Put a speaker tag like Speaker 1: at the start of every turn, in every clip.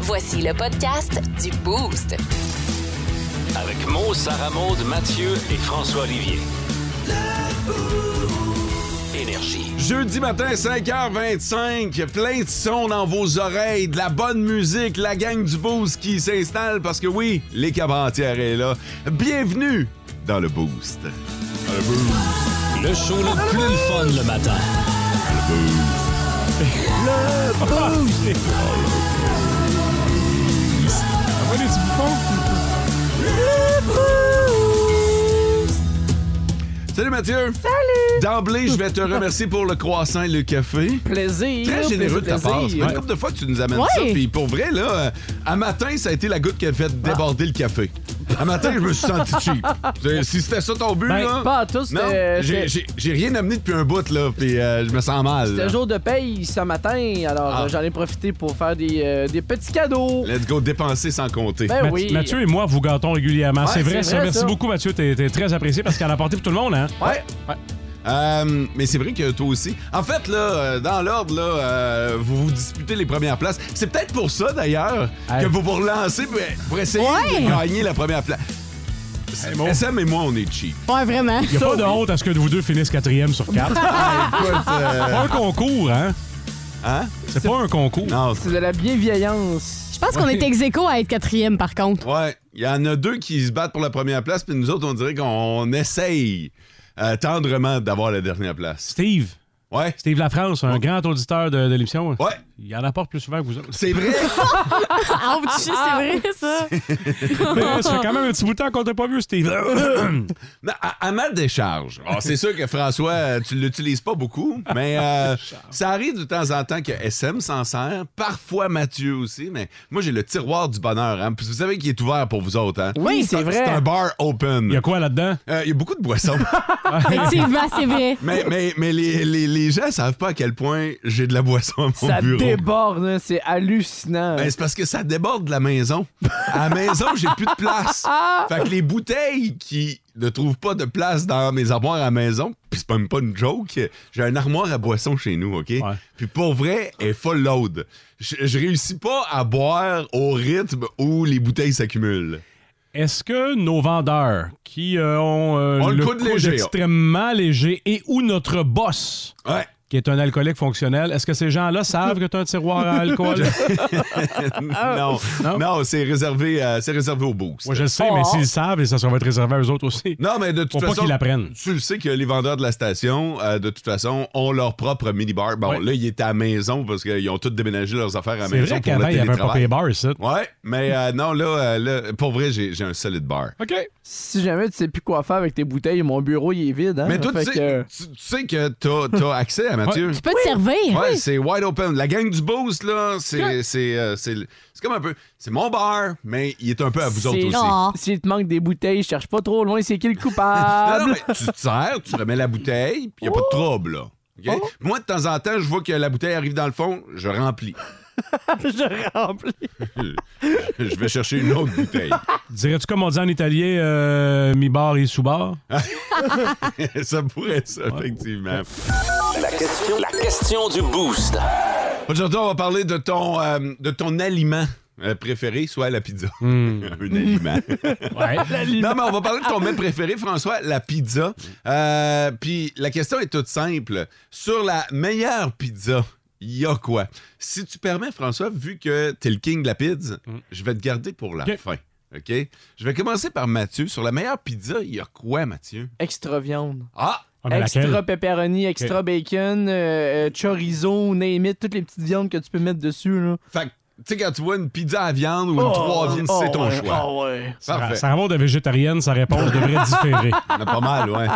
Speaker 1: Voici le podcast du Boost.
Speaker 2: Avec Mo, Sarah Maud, Mathieu et François Olivier. Énergie.
Speaker 3: Jeudi matin, 5h25, plein de sons dans vos oreilles, de la bonne musique, la gang du Boost qui s'installe parce que oui, l'équipe entière est là. Bienvenue dans le Boost. Dans le Boost.
Speaker 2: Le show le plus le fun le matin.
Speaker 3: Salut Mathieu. Salut. D'emblée, je vais te remercier pour le croissant et le café.
Speaker 4: Plaisir.
Speaker 3: Très généreux de ta
Speaker 4: plaisir,
Speaker 3: part. Ça fait
Speaker 4: plaisir.
Speaker 3: Une couple de fois que tu nous amènes
Speaker 4: Ouais.
Speaker 3: ça. Puis pour vrai, là, euh, à matin, ça a été la goutte qui a fait déborder le café. À matin, je me suis senti cheap. C'est- Si c'était ça ton but,
Speaker 4: Ben,
Speaker 3: là.
Speaker 4: pas à tous, euh,
Speaker 3: Non,
Speaker 4: c'était-
Speaker 3: j'ai-
Speaker 4: c'était-
Speaker 3: j'ai j'ai rien amené depuis un bout, là. Puis euh, je me sens mal.
Speaker 4: C'était
Speaker 3: là.
Speaker 4: le jour de paye ce matin, alors
Speaker 3: Ah.
Speaker 4: euh, j'en ai profité pour faire des, euh, des petits cadeaux.
Speaker 3: Let's go, dépenser sans compter.
Speaker 4: Ben
Speaker 5: Math-
Speaker 4: oui.
Speaker 5: Mathieu et moi vous gâtons régulièrement.
Speaker 3: Ouais,
Speaker 5: c'est vrai,
Speaker 4: c'est
Speaker 5: ça.
Speaker 4: vrai,
Speaker 5: Merci
Speaker 4: ça.
Speaker 5: beaucoup, Mathieu. T'es t'es très apprécié parce qu'elle a apporté pour tout le monde, hein?
Speaker 3: Ouais. Euh, mais c'est vrai que toi aussi. En fait, là, euh, dans l'ordre, là, euh, vous vous disputez les premières places. C'est peut-être pour ça, d'ailleurs,
Speaker 5: Hey.
Speaker 3: que vous vous relancez pour, pour essayer de gagner la première place.
Speaker 5: bon.
Speaker 3: SM et moi, on est cheap.
Speaker 6: Ouais, vraiment.
Speaker 5: Il a pas de honte à ce que vous deux finissent quatrième sur quatre. C'est
Speaker 3: Écoute, euh,
Speaker 5: pas un concours, hein?
Speaker 3: hein?
Speaker 5: C'est pas un concours.
Speaker 3: Non,
Speaker 4: C'est de la bienveillance.
Speaker 6: Je pense qu'on est ex aequo à être quatrième, par contre.
Speaker 3: Ouais, il y en a deux qui se battent pour la première place, puis nous autres, on dirait qu'on essaye euh, tendrement d'avoir la dernière place.
Speaker 5: Steve.
Speaker 3: Ouais,
Speaker 5: Steve Lafrance, un grand auditeur de, de l'émission.
Speaker 3: ouais,
Speaker 5: Il en apporte plus souvent que vous autres.
Speaker 3: c'est vrai.
Speaker 6: Ah, oh, c'est vrai, ça.
Speaker 5: Mais ça fait quand même un petit bout de temps qu'on t'a pas vu, Steve.
Speaker 3: Non, à, à ma décharge. Ah, c'est sûr que François, euh, tu l'utilises pas beaucoup, mais euh, ça arrive de temps en temps que SM s'en sert, parfois Mathieu aussi, mais moi j'ai le tiroir du bonheur. Hein, puis vous savez qu'il est ouvert pour vous autres. Hein?
Speaker 4: Oui, c'est vrai.
Speaker 3: C'est un bar open.
Speaker 5: Il y a quoi là-dedans?
Speaker 3: Euh, il y a beaucoup de boissons.
Speaker 6: Effectivement, c'est vrai.
Speaker 3: mais mais, mais les, les, les gens savent pas à quel point j'ai de la boisson à mon
Speaker 4: Ça
Speaker 3: bureau.
Speaker 4: déborde, hein, c'est hallucinant.
Speaker 3: Ben, c'est parce que ça déborde de la maison. À la maison, j'ai plus de place. Fait que les bouteilles qui ne trouvent pas de place dans mes armoires à la maison, puis c'est même pas une joke, j'ai un armoire à boissons chez nous, OK? Puis pour vrai, elle est full load. Je, je réussis pas à boire au rythme où les bouteilles s'accumulent.
Speaker 5: Est-ce que nos vendeurs qui euh, ont euh,
Speaker 3: On le
Speaker 5: le
Speaker 3: coude léger, hein.
Speaker 5: extrêmement léger et ou notre boss,
Speaker 3: Ouais.
Speaker 5: qui est un alcoolique fonctionnel, est-ce que ces gens-là savent que tu as un tiroir à alcool?
Speaker 6: Ah.
Speaker 3: non, non,
Speaker 5: Non.
Speaker 3: c'est réservé, euh, c'est réservé au boost.
Speaker 5: Moi, je le sais,
Speaker 4: Oh.
Speaker 6: Oh.
Speaker 5: mais s'ils le savent, et ça, ça va être réservé à eux autres aussi.
Speaker 3: Non, mais de toute
Speaker 5: Faut pas
Speaker 3: façon,
Speaker 5: qu'ils l'apprennent.
Speaker 3: tu le sais que les vendeurs de la station, euh, de toute façon, ont leur propre mini-bar. Bon,
Speaker 5: Ouais.
Speaker 3: là, il est à la maison parce qu'ils ont tous déménagé leurs affaires à la
Speaker 5: C'est
Speaker 3: maison
Speaker 5: vrai
Speaker 3: pour le
Speaker 5: qu'avant, il y avait un papier
Speaker 3: télétravail.
Speaker 5: bar ici.
Speaker 3: Ouais, mais euh, non, là, euh, là, pour vrai, j'ai j'ai un solide bar.
Speaker 5: OK.
Speaker 4: Si jamais tu sais plus quoi faire avec tes bouteilles, mon bureau il est vide.
Speaker 6: Ah,
Speaker 4: Hein?
Speaker 3: Mais toi, tu
Speaker 4: Fait
Speaker 3: sais,
Speaker 4: que-
Speaker 3: tu, tu sais que t'as as accès à Mathieu.
Speaker 6: Tu peux te servir. hein?
Speaker 3: Ouais, c'est wide open. La gang du boost, là, c'est c'est, euh, c'est c'est comme un peu... C'est mon bar, mais il est un peu à vous
Speaker 4: C'est-
Speaker 3: autres aussi.
Speaker 6: Non.
Speaker 4: S'il te manque des bouteilles, je cherche pas trop loin, c'est qui le
Speaker 3: Non, non,
Speaker 4: coupable?
Speaker 3: mais tu te sers, tu remets la bouteille, puis il a pas
Speaker 4: Oh!
Speaker 3: de trouble, là. OK? Moi, de temps en temps, je vois que la bouteille arrive dans le fond, je remplis.
Speaker 4: je remplis.
Speaker 3: je vais chercher une autre bouteille.
Speaker 5: Dirais-tu comme on dit en italien, euh, mi-bar et sous-bar?
Speaker 3: Ah, ça pourrait être ça, effectivement.
Speaker 2: La question, la question du Boost.
Speaker 3: Aujourd'hui, on va parler de ton, euh, de ton aliment euh, préféré, soit la pizza. Un aliment.
Speaker 5: Hmm. Ouais.
Speaker 3: non, mais on va parler de ton mets préféré, François, la pizza. Euh, Puis la question est toute simple. Sur la meilleure pizza, il y a quoi? Si tu permets, François, vu que t'es le king de la pizza, je vais te garder pour la
Speaker 5: Hmm. Ok.
Speaker 3: fin. OK? Je vais commencer par Mathieu. Sur la meilleure pizza, il y a quoi, Mathieu?
Speaker 4: Extra viande.
Speaker 3: Ah!
Speaker 5: Ah, mais
Speaker 4: extra
Speaker 5: laquelle?
Speaker 4: pepperoni, extra bacon, euh, euh, chorizo, name it, toutes les petites viandes que tu peux mettre dessus. Là. Oh,
Speaker 3: Fait que, tu sais, quand tu vois une pizza à viande ou une trois viandes, c'est ton choix.
Speaker 4: ouais.
Speaker 3: Parfait.
Speaker 5: Sarah Maud est végétarienne, sa réponse devrait différer.
Speaker 3: Il y en a pas mal, ouais.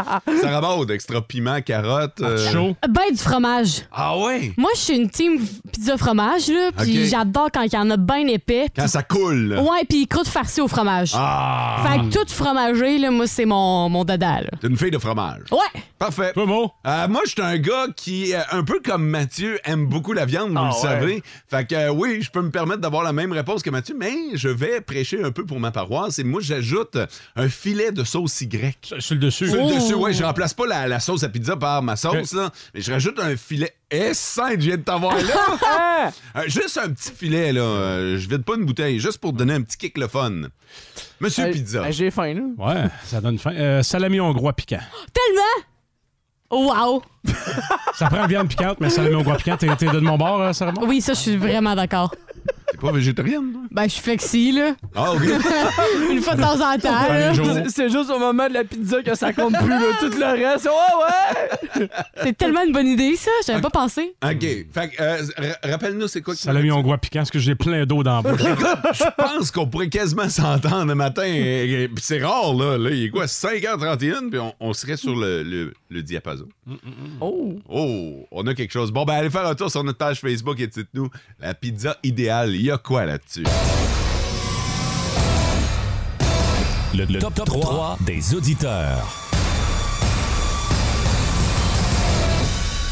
Speaker 3: Sarah Maud, extra piment, carotte. euh,
Speaker 5: Chaud.
Speaker 6: Ben du fromage.
Speaker 3: Ah ouais?
Speaker 6: Moi, je suis une team pizza fromage, là. Puis
Speaker 3: Ok.
Speaker 6: j'adore quand il y en a bien épais.
Speaker 3: Quand ça coule. là.
Speaker 6: Ouais, puis croûte farcie au fromage.
Speaker 3: Ah!
Speaker 6: Fait que tout fromagé, là, moi, c'est mon, mon dada, là.
Speaker 3: T'es une fille de fromage.
Speaker 6: Ouais!
Speaker 3: Parfait.
Speaker 5: Toi, Mo?
Speaker 3: Euh, moi, je
Speaker 5: Ah
Speaker 3: suis un gars qui, euh, un peu comme Mathieu, aime beaucoup la viande, vous le savez. Fait que euh, oui, je peux me permettre d'avoir la même réponse que Mathieu, mais je vais prêcher un peu pour ma paroisse et moi, j'ajoute un filet de sauce Y.
Speaker 5: Sur le dessus.
Speaker 3: Sur le
Speaker 6: Oh!
Speaker 3: dessus, ouais, je remplace pas la, la sauce à pizza par ma sauce, là, mais je rajoute un filet. Eh, saint, je viens de t'avoir là!
Speaker 4: Ah!
Speaker 3: Euh, juste un petit filet, là. euh, je vide pas une bouteille, juste pour te donner un petit kick le fun. Monsieur
Speaker 4: Ah,
Speaker 3: Pizza.
Speaker 4: ah, J'ai faim, là.
Speaker 5: Ouais, ça donne faim. Euh, salami hongrois piquant.
Speaker 6: Tellement! Wow!
Speaker 5: Ça prend une viande piquante, mais salami hongrois piquant, t'es t'es de mon bord, euh, Sarah Maud?
Speaker 6: Oui, ça, je suis vraiment d'accord.
Speaker 3: T'es pas végétarienne, toi?
Speaker 6: Ben, je suis flexi, là.
Speaker 3: Ah, OK.
Speaker 6: Une fois de temps en temps, là.
Speaker 5: Bonjour.
Speaker 4: C'est- C'est juste au moment de la pizza que ça compte plus, là. Tout le reste, oh ouais!
Speaker 6: C'est tellement une bonne idée, ça. J'avais pas pensé.
Speaker 3: OK. Fait que, euh, ra- rappelle-nous, c'est quoi que
Speaker 5: Salami hongrois piquant, parce que j'ai plein d'eau dans la bouche.
Speaker 3: Je pense qu'on pourrait quasiment s'entendre le matin. et- et- puis c'est rare, là. là. Il est quoi, 5h31, puis on, on serait sur le, le- le diapason.
Speaker 4: Oh!
Speaker 3: Oh, on a quelque chose. Bon, ben, allez faire un tour sur notre page Facebook et dites-nous la pizza idéale. Il y a quoi là-dessus?
Speaker 7: Le, le top, 3, des auditeurs.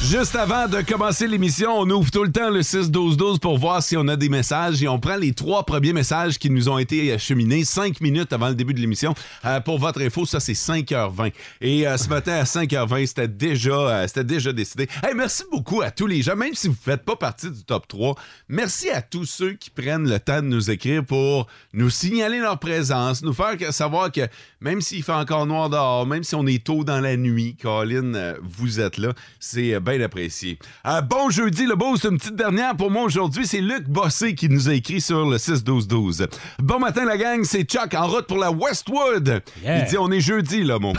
Speaker 3: Juste avant de commencer l'émission, on ouvre tout le temps le 6-12-12 pour voir si on a des messages et on prend les trois premiers messages qui nous ont été acheminés cinq minutes avant le début de l'émission. Euh, pour votre info, ça c'est 5h20. Et euh, ce matin à 5h20, c'était déjà, euh, c'était déjà décidé. Hey, merci beaucoup à tous les gens, même si vous ne faites pas partie du top 3. Merci à tous ceux qui prennent le temps de nous écrire pour nous signaler leur présence, nous faire que- savoir que même s'il fait encore noir dehors, même si on est tôt dans la nuit, Colin, euh, vous êtes là. C'est euh, bien apprécié. Euh, bon jeudi, le beau, c'est une petite dernière pour moi aujourd'hui. C'est Luc Bossé qui nous a écrit sur le 6-12-12. Bon matin, la gang, c'est Chuck en route pour la Westwood.
Speaker 5: Yeah.
Speaker 3: Il dit on est jeudi, là, mon.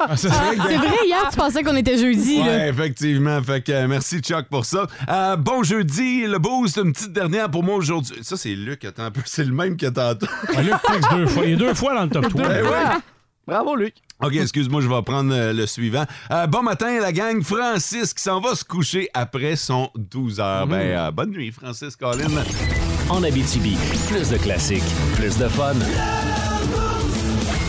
Speaker 5: Ah, ça, c'est-
Speaker 6: C'est vrai, hier, tu pensais qu'on était jeudi, là.
Speaker 3: Ouais, effectivement. Fait que euh, merci Chuck pour ça. Euh, bon jeudi, le boost, une petite dernière pour moi aujourd'hui. Ça, c'est Luc, attends un peu. C'est le même que tantôt.
Speaker 5: Ah, Luc texte deux fois. Il est deux fois dans le top 3.
Speaker 4: Eh
Speaker 3: Ben ouais.
Speaker 4: Bravo, Luc!
Speaker 3: OK, excuse-moi, je vais prendre euh, le suivant. Euh, bon matin, la gang. Francis qui s'en va se coucher après son 12 heures. Ben, euh, bonne nuit, Francis Colin.
Speaker 2: Mm. En Abitibi, plus de classiques, plus de fun.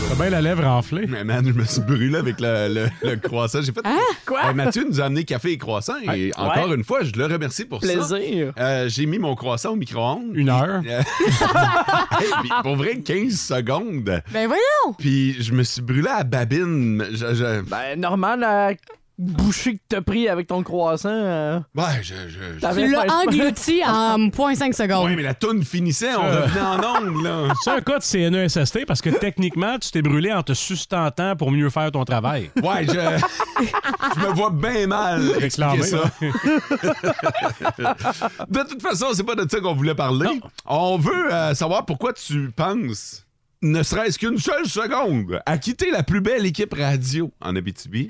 Speaker 5: T'as bien la lèvre enflée.
Speaker 3: Mais man, je me suis brûlé avec le, le- le croissant. J'ai fait. Quoi? Ben, Mathieu nous a amené café et croissant. Et encore une fois, je le remercie pour ça.
Speaker 4: Plaisir!
Speaker 3: Euh, J'ai mis mon croissant au micro-ondes.
Speaker 5: Une heure.
Speaker 3: Euh, hey, puis pour vrai, 15 secondes.
Speaker 6: Ben voyons!
Speaker 3: Puis je me suis brûlé à babine. Je, je-
Speaker 4: Ben, normal, la bouchée que t'as pris avec ton croissant, euh,
Speaker 3: ouais, je, je- je-
Speaker 4: t'avais
Speaker 6: Tu l'as
Speaker 4: faim.
Speaker 6: englouti en 0.5 secondes.
Speaker 3: Ouais, mais la toune finissait, on revenait en ongle, là.
Speaker 5: Euh, C'est un cas de E CNESST parce que techniquement, tu t'es brûlé en te sustentant pour mieux faire ton travail.
Speaker 3: Ouais, je, je me vois bien mal expliquer
Speaker 5: Réclamer,
Speaker 3: ça. de toute façon, c'est pas de ça qu'on voulait parler. On veut euh, savoir pourquoi tu penses, ne serait-ce qu'une seule seconde, à quitter la plus belle équipe radio en Abitibi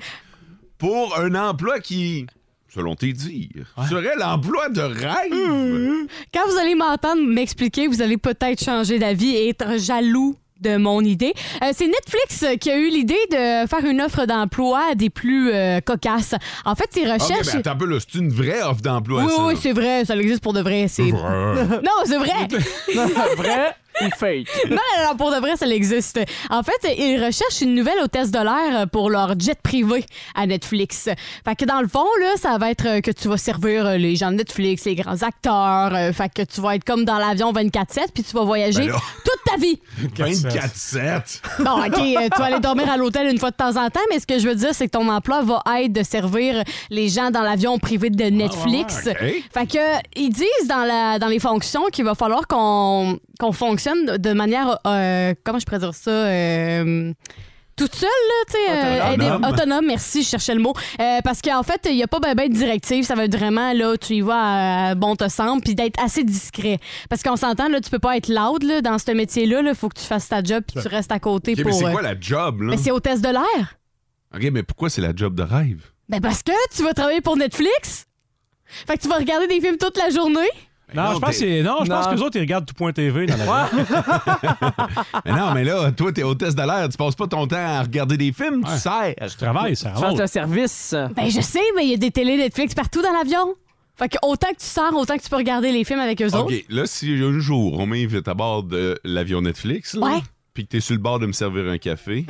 Speaker 3: pour un emploi qui, selon tes dires, serait l'emploi de rêve.
Speaker 6: Quand vous allez m'entendre m'expliquer, vous allez peut-être changer d'avis et être jaloux de mon idée. Euh, c'est Netflix euh, qui a eu l'idée de faire une offre d'emploi des plus euh, cocasses. En fait, ils
Speaker 3: Ok,
Speaker 6: recherchent...
Speaker 3: ben attends un peu, là, c'est une vraie offre d'emploi,
Speaker 6: Ah, oui,
Speaker 3: ça.
Speaker 6: oui,
Speaker 3: là.
Speaker 6: c'est vrai, ça existe pour de vrai. C'est... Non, Oh, c'est vrai!
Speaker 4: Vrai ou fake?
Speaker 6: Non, non, non, pour de vrai, ça existe. En fait, ils recherchent une nouvelle hôtesse de l'air euh, pour leur jet privé à Netflix. Fait que dans le fond, là, ça va être euh, que tu vas servir euh, les gens de Netflix, les grands acteurs. euh, Fait que tu vas être comme dans l'avion 24-7, puis tu vas voyager
Speaker 3: Ben là.
Speaker 6: toute ta vie.
Speaker 3: 24-7.
Speaker 6: Bon, OK, euh, tu vas aller dormir à l'hôtel une fois de temps en temps, mais ce que je veux dire, c'est que ton emploi va être de servir les gens dans l'avion privé de Netflix.
Speaker 3: Ah, ouais,
Speaker 6: Fait que, ils disent dans, la, dans les fonctions qu'il va falloir qu'on qu'on fonctionne de- de manière, euh, comment je pourrais dire ça, euh, toute seule, là, tu sais. euh,
Speaker 3: Autonome.
Speaker 6: aidée- autonome, merci, je cherchais le mot. Euh, parce qu'en fait, il n'y a pas ben, ben de directive. Ça veut être vraiment, là, tu y vas, à bon te semble, puis d'être assez discret. Parce qu'on s'entend, là, tu peux pas être loud, là, dans ce métier-là. Il faut que tu fasses ta job, puis tu restes à côté
Speaker 3: Ok,
Speaker 6: pour.
Speaker 3: mais c'est
Speaker 6: euh,
Speaker 3: quoi la job, là?
Speaker 6: mais c'est hôtesse de l'air.
Speaker 3: OK, mais pourquoi c'est la job de rêve?
Speaker 6: Ben parce que tu vas travailler pour Netflix. Fait que tu vas regarder des films toute la journée.
Speaker 3: Ben
Speaker 5: Non, je pense, que c'est- non, je pense
Speaker 4: Non.
Speaker 5: que les autres, ils regardent tout.tv dans la vie.
Speaker 3: Mais non, mais là, toi, t'es hôtesse de l'air. Tu passes pas ton temps à regarder des films, tu
Speaker 5: Ouais.
Speaker 3: sers.
Speaker 5: Tu travailles, ça.
Speaker 4: Tu fasses le service.
Speaker 6: Ben je sais, mais il y a des télés Netflix partout dans l'avion. Fait que autant que tu sors, autant que tu peux regarder les films avec eux autres.
Speaker 3: OK, là, si un jour, on m'invite à bord de l'avion Netflix, là,
Speaker 6: Ouais. Mhm.
Speaker 3: puis que t'es sur le bord de me servir un café,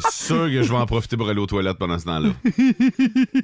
Speaker 3: C'est sûr que je vais en profiter pour aller aux toilettes pendant ce temps-là.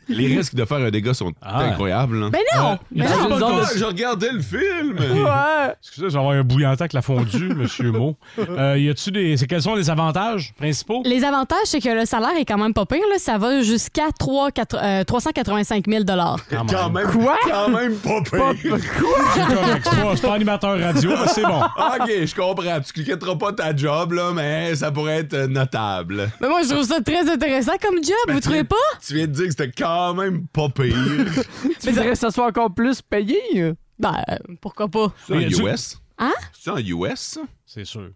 Speaker 3: Les risques de faire un dégât sont
Speaker 5: Ah.
Speaker 3: incroyables. là.
Speaker 6: Ben non!
Speaker 5: Il y a
Speaker 6: ben
Speaker 5: juste
Speaker 6: non.
Speaker 5: une zone de-
Speaker 3: Ah, je regardais le film!
Speaker 4: Ouais.
Speaker 5: Excusez, j'en un bouillantac avec la fondue, monsieur Mo. Euh, y a-tu des. c'est- Quels sont les avantages principaux?
Speaker 6: Les avantages, c'est que le salaire est quand même pas pire. Là. Ça va jusqu'à 3, quatre- euh, 385 000
Speaker 5: Quand même.
Speaker 3: Quand même, quand même pas pire.
Speaker 5: C'est correct. C'est pas- c'est pas animateur radio, mais c'est bon.
Speaker 3: ok, je comprends. Tu cliquetteras pas ta job, là, mais ça pourrait être euh, notable.
Speaker 6: Mais moi, je trouve ça très intéressant comme job, vous trouvez pas?
Speaker 3: Ben, Tu viens de dire que c'était quand même pas pire.
Speaker 4: Tu voudrais que ça soit encore plus payé?
Speaker 6: Ben, euh, pourquoi pas?
Speaker 3: C'est en
Speaker 5: Mais tu-
Speaker 3: US?
Speaker 6: Hein?
Speaker 3: C'est en US, ça? Ah
Speaker 5: C'est sûr.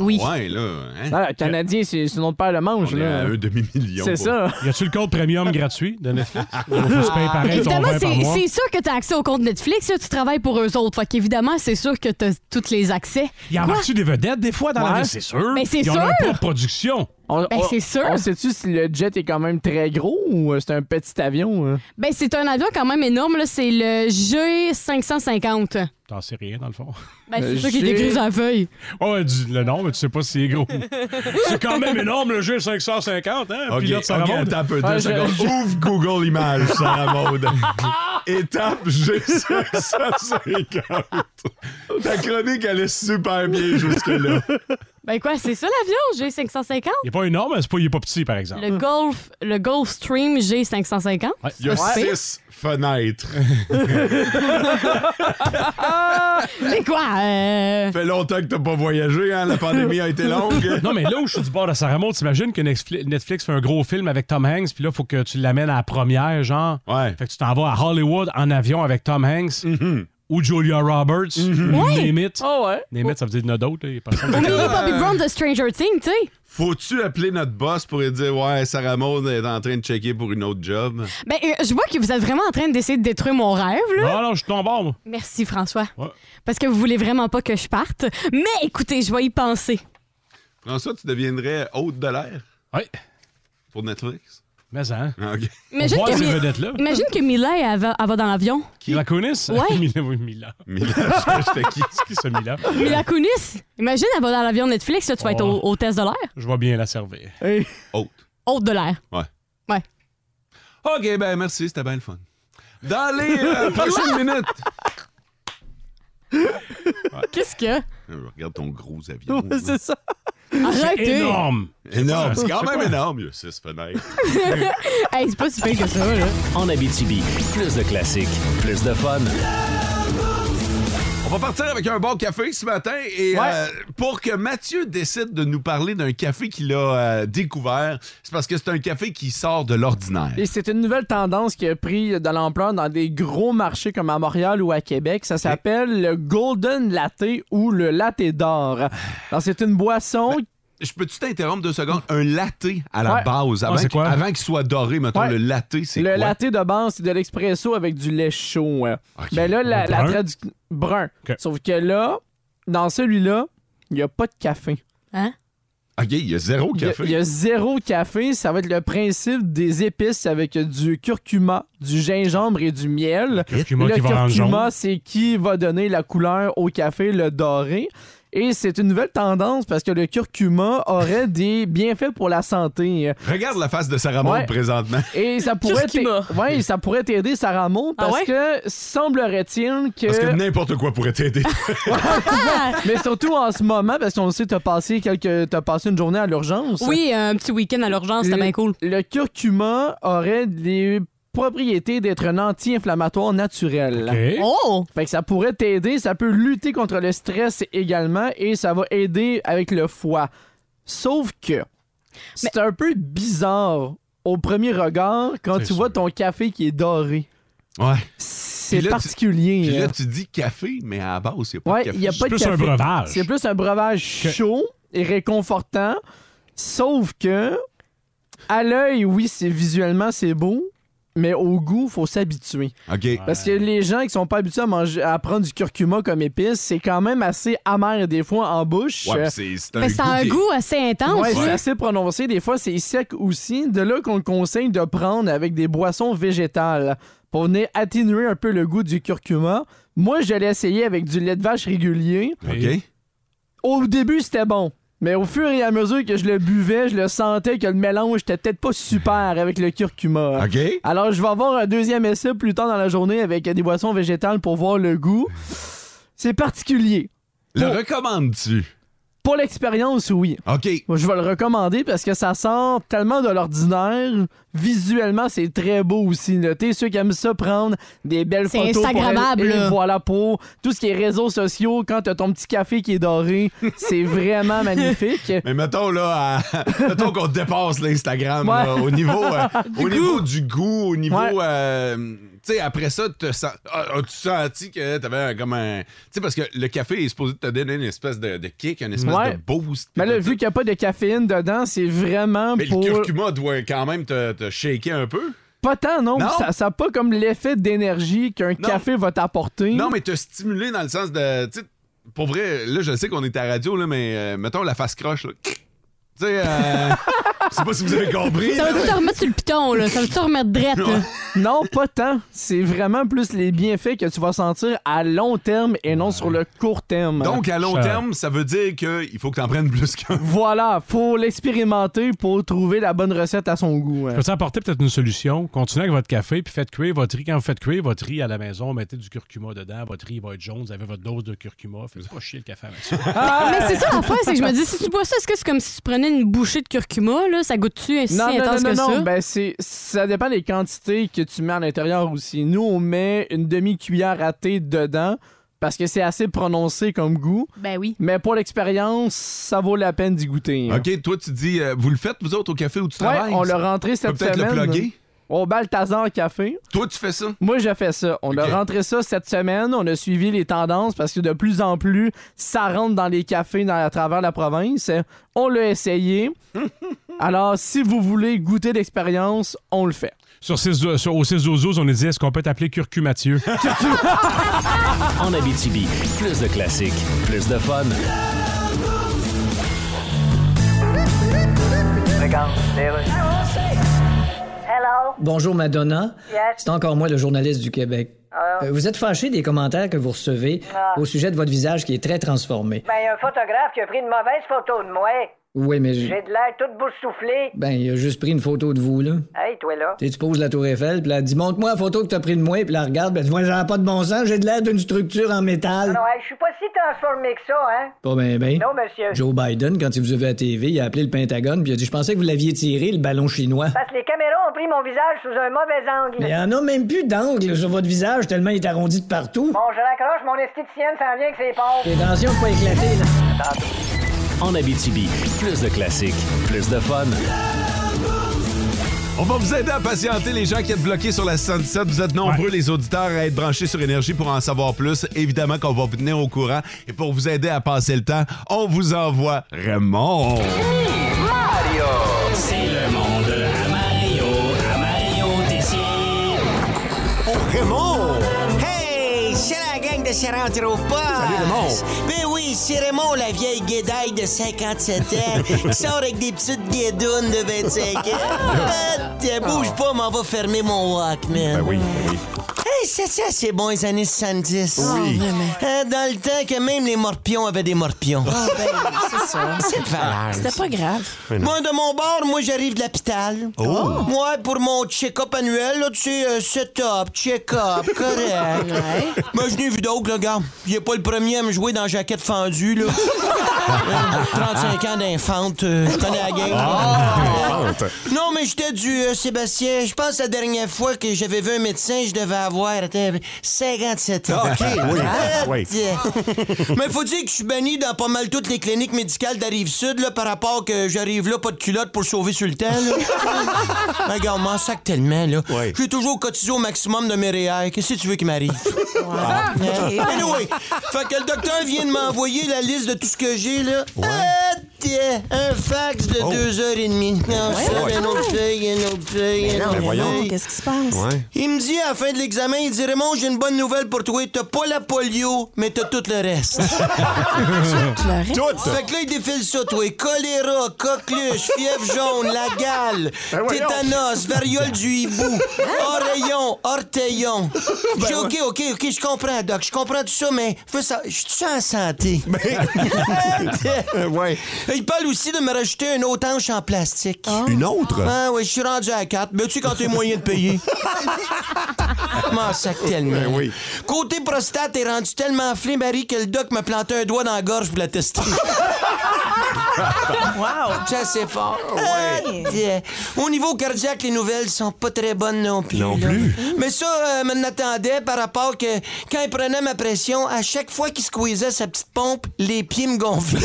Speaker 6: Oui. Ah,
Speaker 3: Ouais, là. Hein?
Speaker 4: Non, Ah, le Canadien, c'est c'est notre père le mange,
Speaker 3: On est à
Speaker 4: là.
Speaker 3: un demi-million.
Speaker 4: C'est
Speaker 3: pour-
Speaker 4: ça.
Speaker 5: Y a-tu le code premium gratuit de Netflix? Faut se payer pareil, ton
Speaker 6: Évidemment,
Speaker 5: verre par
Speaker 6: c'est
Speaker 5: mois.
Speaker 6: c'est sûr que tu as accès au compte Netflix, là, tu travailles pour eux autres. Fait qu'évidemment, c'est sûr que tu as tous les accès.
Speaker 5: Y en
Speaker 6: Quoi?
Speaker 5: a-tu des vedettes des fois dans la
Speaker 4: Ouais.
Speaker 5: vie? C'est sûr.
Speaker 6: Mais c'est
Speaker 5: Ils ont leur
Speaker 6: sûr.
Speaker 5: propre production.
Speaker 4: Ben, On-
Speaker 6: Ben,
Speaker 4: on-
Speaker 6: c'est sûr.
Speaker 4: On sait-tu si le jet est quand même très gros ou euh, c'est un petit avion? hein?
Speaker 6: Ben, c'est un avion quand même énorme, là. c'est le G550.
Speaker 5: T'en sais rien, dans le fond.
Speaker 6: Ben,
Speaker 4: Le
Speaker 6: c'est sûr qu'il est
Speaker 4: G-
Speaker 6: écrit sur la feuille.
Speaker 5: Ouais, du- le nom, mais tu sais pas si c'est gros. c'est quand même énorme, le jeu 550, hein?
Speaker 3: Ok,
Speaker 5: Pilote, ça
Speaker 3: ok,
Speaker 5: remonte.
Speaker 3: attends un peu, deux
Speaker 4: Ah, je-
Speaker 3: secondes.
Speaker 4: je-
Speaker 3: Ouvre Google Images, Sarah Maud. Étape G550. Ta chronique, elle est super bien jusque-là.
Speaker 6: Ben quoi, c'est ça l'avion, G550?
Speaker 5: Il est pas énorme, mais c'est pas, il est pas petit, par exemple.
Speaker 6: Le Golf, le Golf Stream G550?
Speaker 5: Ouais.
Speaker 3: Il y a
Speaker 6: Ouais.
Speaker 3: six fenêtres.
Speaker 6: Mais quoi? euh,
Speaker 3: Ça fait longtemps que t'as pas voyagé, hein? La pandémie a été longue.
Speaker 5: Non, mais là où je suis du bord de Sarah Maud, t'imagines que Netfli- Netflix fait un gros film avec Tom Hanks, puis là, faut que tu l'amènes à la première, genre.
Speaker 3: Ouais. Mm-hmm.
Speaker 5: Fait que tu t'en vas à Hollywood en avion avec Tom Hanks ou Julia Roberts. ou
Speaker 6: Ouais.
Speaker 5: Name it.
Speaker 4: Ah ouais?
Speaker 5: Name it, ça veut dire il y en a d'autres. là, il y a personne
Speaker 6: Au
Speaker 5: qui-
Speaker 6: milieu Bobby Brown de Stranger Things, tu sais.
Speaker 3: Faut-tu appeler notre boss pour lui dire Ouais, Sarah Maud est en train de checker pour une autre job?
Speaker 6: Ben, euh, je vois que vous êtes vraiment en train d'essayer de détruire mon rêve, là.
Speaker 5: Non, non, je suis ton bord, moi.
Speaker 6: Merci, François.
Speaker 5: Ouais.
Speaker 6: Parce que vous voulez vraiment pas que je parte. Mais écoutez, je vais y penser.
Speaker 3: François, tu deviendrais hôte de l'air
Speaker 5: Ouais.
Speaker 3: pour Netflix?
Speaker 5: Mais hein.
Speaker 3: Ah, OK.
Speaker 6: Imagine
Speaker 5: Voir
Speaker 6: que,
Speaker 5: ces
Speaker 6: Mi-
Speaker 5: vedettes-là.
Speaker 6: Imagine que Mila, elle va, elle va dans l'avion.
Speaker 5: Mila Kunis?
Speaker 6: Ouais.
Speaker 5: Mila, oui, Mila.
Speaker 3: Mais là, j'étais qui?
Speaker 5: C'est qui ce Mila?
Speaker 6: Mila Kunis, imagine, elle va dans l'avion Netflix, là, tu vas être au,
Speaker 5: Oh.
Speaker 6: au test de l'air.
Speaker 5: Je vois bien la servir.
Speaker 4: Hey.
Speaker 3: Hôte.
Speaker 6: Haute de l'air.
Speaker 3: OK, ben merci, c'était bien le fun. Dans les euh, prochaines minutes.
Speaker 6: Qu'est-ce que?
Speaker 3: Euh, Regarde ton gros avion.
Speaker 4: Ouais, c'est ça.
Speaker 6: Arrêtez!
Speaker 5: Énorme!
Speaker 3: énorme. C'est quand même énorme. Il y a six fenêtres.
Speaker 6: Hey, c'est pas si pire que ça, là.
Speaker 7: En Abitibi, plus de classiques, plus de fun.
Speaker 3: On va partir avec un bon café ce matin et euh, pour que Mathieu décide de nous parler d'un café qu'il a euh, découvert, c'est parce que c'est un café qui sort de l'ordinaire.
Speaker 4: Et c'est une nouvelle tendance qui a pris de l'ampleur dans des gros marchés comme à Montréal ou à Québec. Ça s'appelle le Golden Latte ou le Latte d'or. Alors, c'est une boisson.
Speaker 5: Ben,
Speaker 3: Je peux-tu t'interrompre deux secondes? Un latte à la
Speaker 4: Ouais.
Speaker 3: base, avant,
Speaker 5: c'est
Speaker 3: qu'il-
Speaker 5: quoi?
Speaker 3: avant qu'il soit doré, mettons,
Speaker 4: Ouais.
Speaker 3: le latte, c'est
Speaker 4: Le
Speaker 3: quoi?
Speaker 4: latte de base, c'est de l'espresso avec du lait chaud. hein.
Speaker 3: Ok.
Speaker 4: Ben là, la, la
Speaker 5: Brun.
Speaker 4: traduction. Brun.
Speaker 5: Ok.
Speaker 4: Sauf que là, dans celui-là, il n'y a pas de café.
Speaker 6: Hein?
Speaker 3: OK, il y a zéro
Speaker 4: Il y a-
Speaker 3: café.
Speaker 4: Il y, a zéro café. Ça va être le principe des épices avec du curcuma, du gingembre et du miel.
Speaker 5: Curcuma
Speaker 4: le
Speaker 5: qui va en jaune.
Speaker 4: curcuma, c'est qui va donner la couleur au café, le doré. Et c'est une nouvelle tendance parce que le curcuma aurait des bienfaits pour la santé.
Speaker 3: Regarde la face de Sarah Maud
Speaker 4: Ouais.
Speaker 3: présentement.
Speaker 4: Et ça pourrait
Speaker 6: Curcuma.
Speaker 4: t'a- ouais, ça pourrait t'aider, Sarah Maud,
Speaker 6: Ah
Speaker 4: parce
Speaker 6: ouais?
Speaker 4: que semblerait-il que...
Speaker 3: Parce que n'importe quoi pourrait t'aider.
Speaker 4: Mais surtout en ce moment, parce qu'on le sait, t'as passé, quelques... t'as passé une journée à l'urgence.
Speaker 6: Oui, un petit week-end à l'urgence, c'était
Speaker 4: Le-
Speaker 6: bien cool.
Speaker 4: Le curcuma aurait des propriétés d'être un anti-inflammatoire naturel.
Speaker 5: OK.
Speaker 6: Oh!
Speaker 4: Fait que ça pourrait t'aider, ça peut lutter contre le stress également et ça va aider avec le foie. Sauf que c'est un peu bizarre au premier regard quand
Speaker 5: C'est
Speaker 4: tu vois
Speaker 5: sûr.
Speaker 4: ton café qui est doré.
Speaker 3: Ouais.
Speaker 4: C'est
Speaker 3: Puis là, tu-
Speaker 4: particulier.
Speaker 3: Puis là,
Speaker 4: hein.
Speaker 3: tu dis café, mais à la base, il n'y a pas
Speaker 4: Ouais,
Speaker 3: de café.
Speaker 4: il y a pas
Speaker 5: C'est
Speaker 4: de
Speaker 5: plus un
Speaker 4: café.
Speaker 5: breuvage.
Speaker 4: C'est plus un breuvage
Speaker 5: Que-
Speaker 4: chaud et réconfortant. Sauf que, à l'œil, oui, c'est visuellement, c'est beau. Mais au goût, faut s'habituer.
Speaker 3: OK.
Speaker 4: Parce que les gens qui sont pas habitués à, manger, à prendre du curcuma comme épice, c'est quand même assez amer des fois en bouche.
Speaker 3: Ouais,
Speaker 4: Euh,
Speaker 3: puis c'est c'est un,
Speaker 6: Mais ça a un
Speaker 3: qui est-
Speaker 6: goût assez intense.
Speaker 4: ouais,
Speaker 6: là.
Speaker 4: c'est assez prononcé. Des fois, c'est sec aussi. De là qu'on le conseille de prendre avec des boissons végétales pour venir atténuer un peu le goût du curcuma. Moi, je l'ai essayé avec du lait de vache régulier.
Speaker 3: OK.
Speaker 4: Au début, c'était bon. Mais au fur et à mesure que je le buvais, je le sentais que le mélange était peut-être pas super avec le curcuma.
Speaker 3: OK?
Speaker 4: Alors, je vais avoir un deuxième essai plus tard dans la journée avec des boissons végétales pour voir le goût. C'est particulier.
Speaker 3: Le recommandes-tu?
Speaker 4: Pour l'expérience, oui.
Speaker 3: OK.
Speaker 4: Moi, je vais le recommander parce que ça sort tellement de l'ordinaire. Visuellement, c'est très beau aussi. Notez ceux qui aiment ça prendre des belles
Speaker 6: C'est
Speaker 4: photos. pour
Speaker 6: Instagrammable,
Speaker 4: elles. Et
Speaker 6: là.
Speaker 4: voilà pour tout ce qui est réseaux sociaux. Quand t'as ton petit café qui est doré, c'est vraiment magnifique.
Speaker 3: Mais mettons là, à- mettons qu'on dépasse l'Instagram là,
Speaker 4: Ouais.
Speaker 3: au niveau, euh, au niveau du goût, au niveau,
Speaker 4: Ouais.
Speaker 3: euh, tu sais, après ça, te sens- ah, as-tu senti que t'avais un- comme un, tu sais, parce que le café est supposé te donner une espèce de, de kick, une espèce
Speaker 4: Ouais.
Speaker 3: de boost.
Speaker 4: Mais là, vu qu'il n'y a pas de caféine dedans, c'est vraiment
Speaker 3: Mais
Speaker 4: pour.
Speaker 3: le curcuma doit quand même te, te shaker un peu.
Speaker 4: Pas tant, non.
Speaker 3: Non.
Speaker 4: Ça n'a pas comme l'effet d'énergie qu'un
Speaker 3: Non.
Speaker 4: café va t'apporter.
Speaker 3: Non, mais te stimuler dans le sens de, tu sais, pour vrai, là, je sais qu'on est à la radio là, mais euh, mettons la face croche là. Tu sais, euh, je sais pas si vous avez compris.
Speaker 6: Ça
Speaker 3: là,
Speaker 6: veut-tu te remettre sur le piton, là? Ça veut-tu te remettre drette, là?
Speaker 4: Non, pas tant. C'est vraiment plus les bienfaits que tu vas sentir à long terme et non sur le court terme.
Speaker 3: Donc, à long
Speaker 5: Ça-
Speaker 3: terme, ça veut dire qu'il faut que t'en prennes plus qu'un.
Speaker 4: Voilà, faut l'expérimenter pour trouver la bonne recette à son goût. hein.
Speaker 5: Peux-tu apporter peut-être une solution? Continuez avec votre café, puis faites cuire votre riz. Quand vous faites cuire votre riz à la maison, mettez du curcuma dedans. Votre riz va être jaune. Vous avez votre dose de curcuma. Faites pas chier le café avec ça.
Speaker 4: Ah!
Speaker 6: Ah, Mais c'est ça l'affaire, c'est que je me dis, si tu bois ça, est-ce que c'est comme si tu prenais une bouchée de curcuma, là? Ça goûte-tu ainsi
Speaker 4: Non, non,
Speaker 6: intense
Speaker 4: non,
Speaker 6: que
Speaker 4: non,
Speaker 6: ça?
Speaker 4: non. Ben, c'est, ça dépend des quantités que tu mets à l'intérieur aussi. Nous, on met une demi-cuillère à thé dedans parce que c'est assez prononcé comme goût.
Speaker 6: Ben oui.
Speaker 4: Mais pour l'expérience, ça vaut la peine d'y goûter. hein.
Speaker 3: OK, toi, tu dis, euh, vous le faites, vous autres, au café où tu
Speaker 4: Ouais,
Speaker 3: travailles?
Speaker 4: on l'a rentré
Speaker 3: Tu peux
Speaker 4: cette
Speaker 3: peut-être
Speaker 4: semaine.
Speaker 3: le plugger.
Speaker 4: Au Balthazar Café.
Speaker 3: Toi, tu fais ça?
Speaker 4: Moi, j'ai fait ça. On
Speaker 3: Ok.
Speaker 4: a rentré ça cette semaine. On a suivi les tendances parce que de plus en plus, ça rentre dans les cafés dans, à travers la province. On l'a essayé. Alors, si vous voulez goûter l'expérience, on le fait.
Speaker 5: sur six- sur- au 6 12 on nous dit est-ce qu'on peut t'appeler Curcumatieux?
Speaker 2: En Abitibi, plus de classiques, plus de fun.
Speaker 8: Bonjour Madonna. C'est encore moi le journaliste du Québec.
Speaker 9: Ah,
Speaker 8: Euh, vous êtes fâché des commentaires que vous recevez au sujet de votre visage qui est très transformé.
Speaker 9: Ben, il y a un photographe qui a pris une mauvaise photo de moi.
Speaker 8: Oui, mais je-
Speaker 9: J'ai de l'air toute boursouflée.
Speaker 8: ben il a juste pris une photo de vous là.
Speaker 9: Hey, toi là.
Speaker 8: Tu sais, tu poses la tour Eiffel, puis là, elle dit montre-moi la photo que t'as pris de moi, puis la regarde, puis elle dit Ouais, j'en ai pas de bon sens, j'ai de l'air d'une structure en métal.
Speaker 9: Ah Non, hey, je suis pas si transformé que ça, hein.
Speaker 8: Pas ben ben.
Speaker 9: Non, euh, monsieur.
Speaker 8: Joe Biden, quand il vous a vu à TV, il a appelé le Pentagone, puis il a dit je pensais que vous l'aviez tiré le ballon chinois.
Speaker 9: Parce que les caméras ont pris mon visage sous un mauvais angle.
Speaker 8: Mais hein. il y en a même plus d'angle sur votre visage tellement il est arrondi de partout.
Speaker 9: Bon, je raccroche, mon esthéticienne s'en vient que c'est pauvre.
Speaker 8: Attention de pas éclater là.
Speaker 2: En Abitibi, plus de classiques, plus de fun.
Speaker 3: On va vous aider à patienter les gens qui êtes bloqués sur la 77. Vous êtes nombreux, les auditeurs, à être branchés sur Énergie pour en savoir plus. Évidemment qu'on va vous tenir au courant. Et pour vous aider à passer le temps, on vous envoie Raymond.
Speaker 7: C'est le monde à Mario, à Mario
Speaker 10: Raymond! Hey! C'est la gang de Se rentre pas! Salut Raymond! Ben oui, c'est Raymond, la vieille guédaille de 57 ans, qui sort avec des petites guédounes de 25 ans. Ben, bouge pas, m'en va fermer mon Walkman. Ben oui, Hey, c'est ça, c'est bon, les années 70. Oui. dans le temps que même les morpions avaient des morpions.
Speaker 11: Ah, ben,
Speaker 12: C'est ça.
Speaker 10: Oh, ben, C'est Ah, de valeur.
Speaker 12: C'était pas grave.
Speaker 10: Moi, de mon bord, moi, j'arrive de l'hôpital.
Speaker 11: Oh.
Speaker 13: Oh.
Speaker 10: Moi, pour mon check-up annuel, là, tu sais, euh, setup, check-up, correct.
Speaker 12: Ouais.
Speaker 10: Moi, je n'ai vu d'autres, là, gars. Il est pas le premier à me jouer dans la jaquette fendue, là. Euh, 35 ans d'infante, euh,
Speaker 13: Oh.
Speaker 10: je connais la Euh, game. Ah.
Speaker 13: Ah,
Speaker 10: Non, mais j'étais du euh, Sébastien. Je pense la dernière fois que j'avais vu un médecin, je devais avoir attends, 57 ans. OK, oui. mais faut dire que je suis banni dans pas mal toutes les cliniques médicales d'Arrive Sud là, par rapport que j'arrive là pas de culotte pour sauver sur le temps. là. Mais Ben, Regarde, on m'en sac tellement là. J'ai toujours cotisé au maximum de mes REER. Qu'est-ce que tu veux qu'il m'arrive?
Speaker 13: Ah,
Speaker 12: Ok.
Speaker 10: euh, Anyway, fait que le docteur vient de m'envoyer la liste de tout ce que j'ai, là. Ah, tiens, un fax de deux heures et demie. Non, ça, une autre feuille, une autre feuille, une autre
Speaker 12: Non,
Speaker 10: feuille.
Speaker 12: Qu'est-ce qui se passe?
Speaker 10: Il me dit à la fin de l'examen, il dit Raymond, j'ai une bonne nouvelle pour toi. T'as pas la polio, mais t'as tout le reste.
Speaker 12: Je pleurais.
Speaker 10: Fait que là, il défile ça, toi. Choléra, coqueluche, fièvre jaune, la gale, tétanos, variole du hibou, oreillon, orteillon. J'ai dit, OK, OK, OK, je comprends, Doc. Je comprends tout ça, mais je veux ça. Je suis en santé. ouais. Il parle aussi de me rajouter une autre hanche en plastique.
Speaker 13: Une autre?
Speaker 10: Ah oui, je suis rendu à 4. Mais tu quand t'es moyen de payer? M'en sac tellement.
Speaker 13: Ben oui.
Speaker 10: Côté prostate, t'es rendu tellement flimbari que le doc m'a planté un doigt dans la gorge pour la tester. wow! Ça, c'est fort. Ah, yeah. Au niveau cardiaque, les nouvelles sont pas très bonnes non plus.
Speaker 13: Non
Speaker 10: là.
Speaker 13: plus.
Speaker 10: Mais ça, euh, m'en attendais par rapport que quand il prenait ma pression, à chaque fois qu'il squeezait sa petite pompe, les pieds me gonflaient.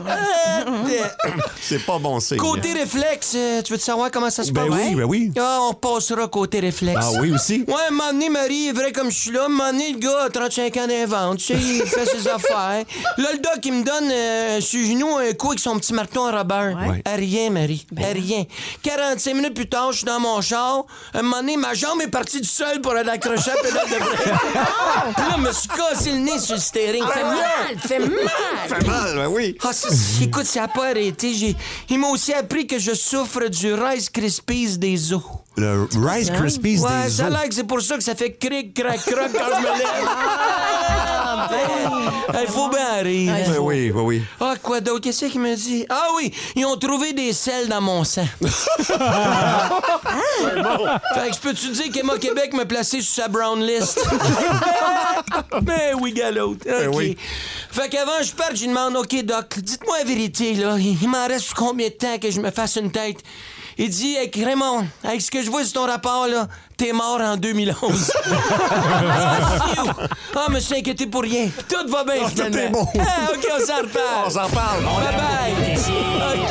Speaker 10: Euh, euh,
Speaker 13: C'est pas bon signe. hein.
Speaker 10: Côté réflexe, euh, tu veux savoir comment ça se
Speaker 13: Ben
Speaker 10: passe?
Speaker 13: oui, ben oui.
Speaker 10: Ah, on passera côté réflexe.
Speaker 13: Ah oui, aussi?
Speaker 10: Ouais, un moment donné, Marie est vrai comme je suis là. Un moment donné, le gars a 35 ans d'invente. Tu sais, il fait ses affaires. Là, le doc, il me donne euh, sur le genou un coup avec son petit marteau en rubber.
Speaker 13: Ouais. Ben
Speaker 10: À rien, Marie. À rien. 45 minutes plus tard, je suis dans mon char. Un moment donné, ma jambe est partie du sol pour aller accrocher à la pédale de break. Puis là, je me suis cassé le nez sur le steering. Fait mal, fait mal.
Speaker 13: Ah, Fait mal, ben oui.
Speaker 10: Ah, ça, c'est- écoute, ça n'a pas arrêté. J'ai- Ils m'ont aussi appris que je souffre du Rice Krispies des os.
Speaker 13: Le Rice Krispies
Speaker 10: ouais,
Speaker 13: des
Speaker 10: ça a
Speaker 13: os.
Speaker 10: l'air que c'est pour ça que ça fait cric, crac, croc quand je me
Speaker 13: Ah,
Speaker 10: lève. Il faut bien rire.
Speaker 13: Ben oui, ben oui.
Speaker 10: Ah, quoi d'autre? Qu'est-ce qu'il me dit? Ah oui, ils ont trouvé des sels dans mon sang. Fait que je peux-tu dire qu'Emma Québec m'a placé sur sa brown list? ben oui, galote. OK.
Speaker 13: oui.
Speaker 10: Fait qu'avant je parte, je demande, OK, Doc, dites-moi la vérité, là. Il il m'en reste combien de temps que je me fasse une tête? Il dit, Hey, Raymond, avec ce que je vois sur ton rapport, là, t'es mort en 2011. ah, me suis inquiété pour rien. Tout va bien,
Speaker 13: tout
Speaker 10: finalement.
Speaker 13: est bon.
Speaker 10: Ah, OK, on s'en reparle.
Speaker 13: On s'en parle.
Speaker 10: Bye-bye. OK.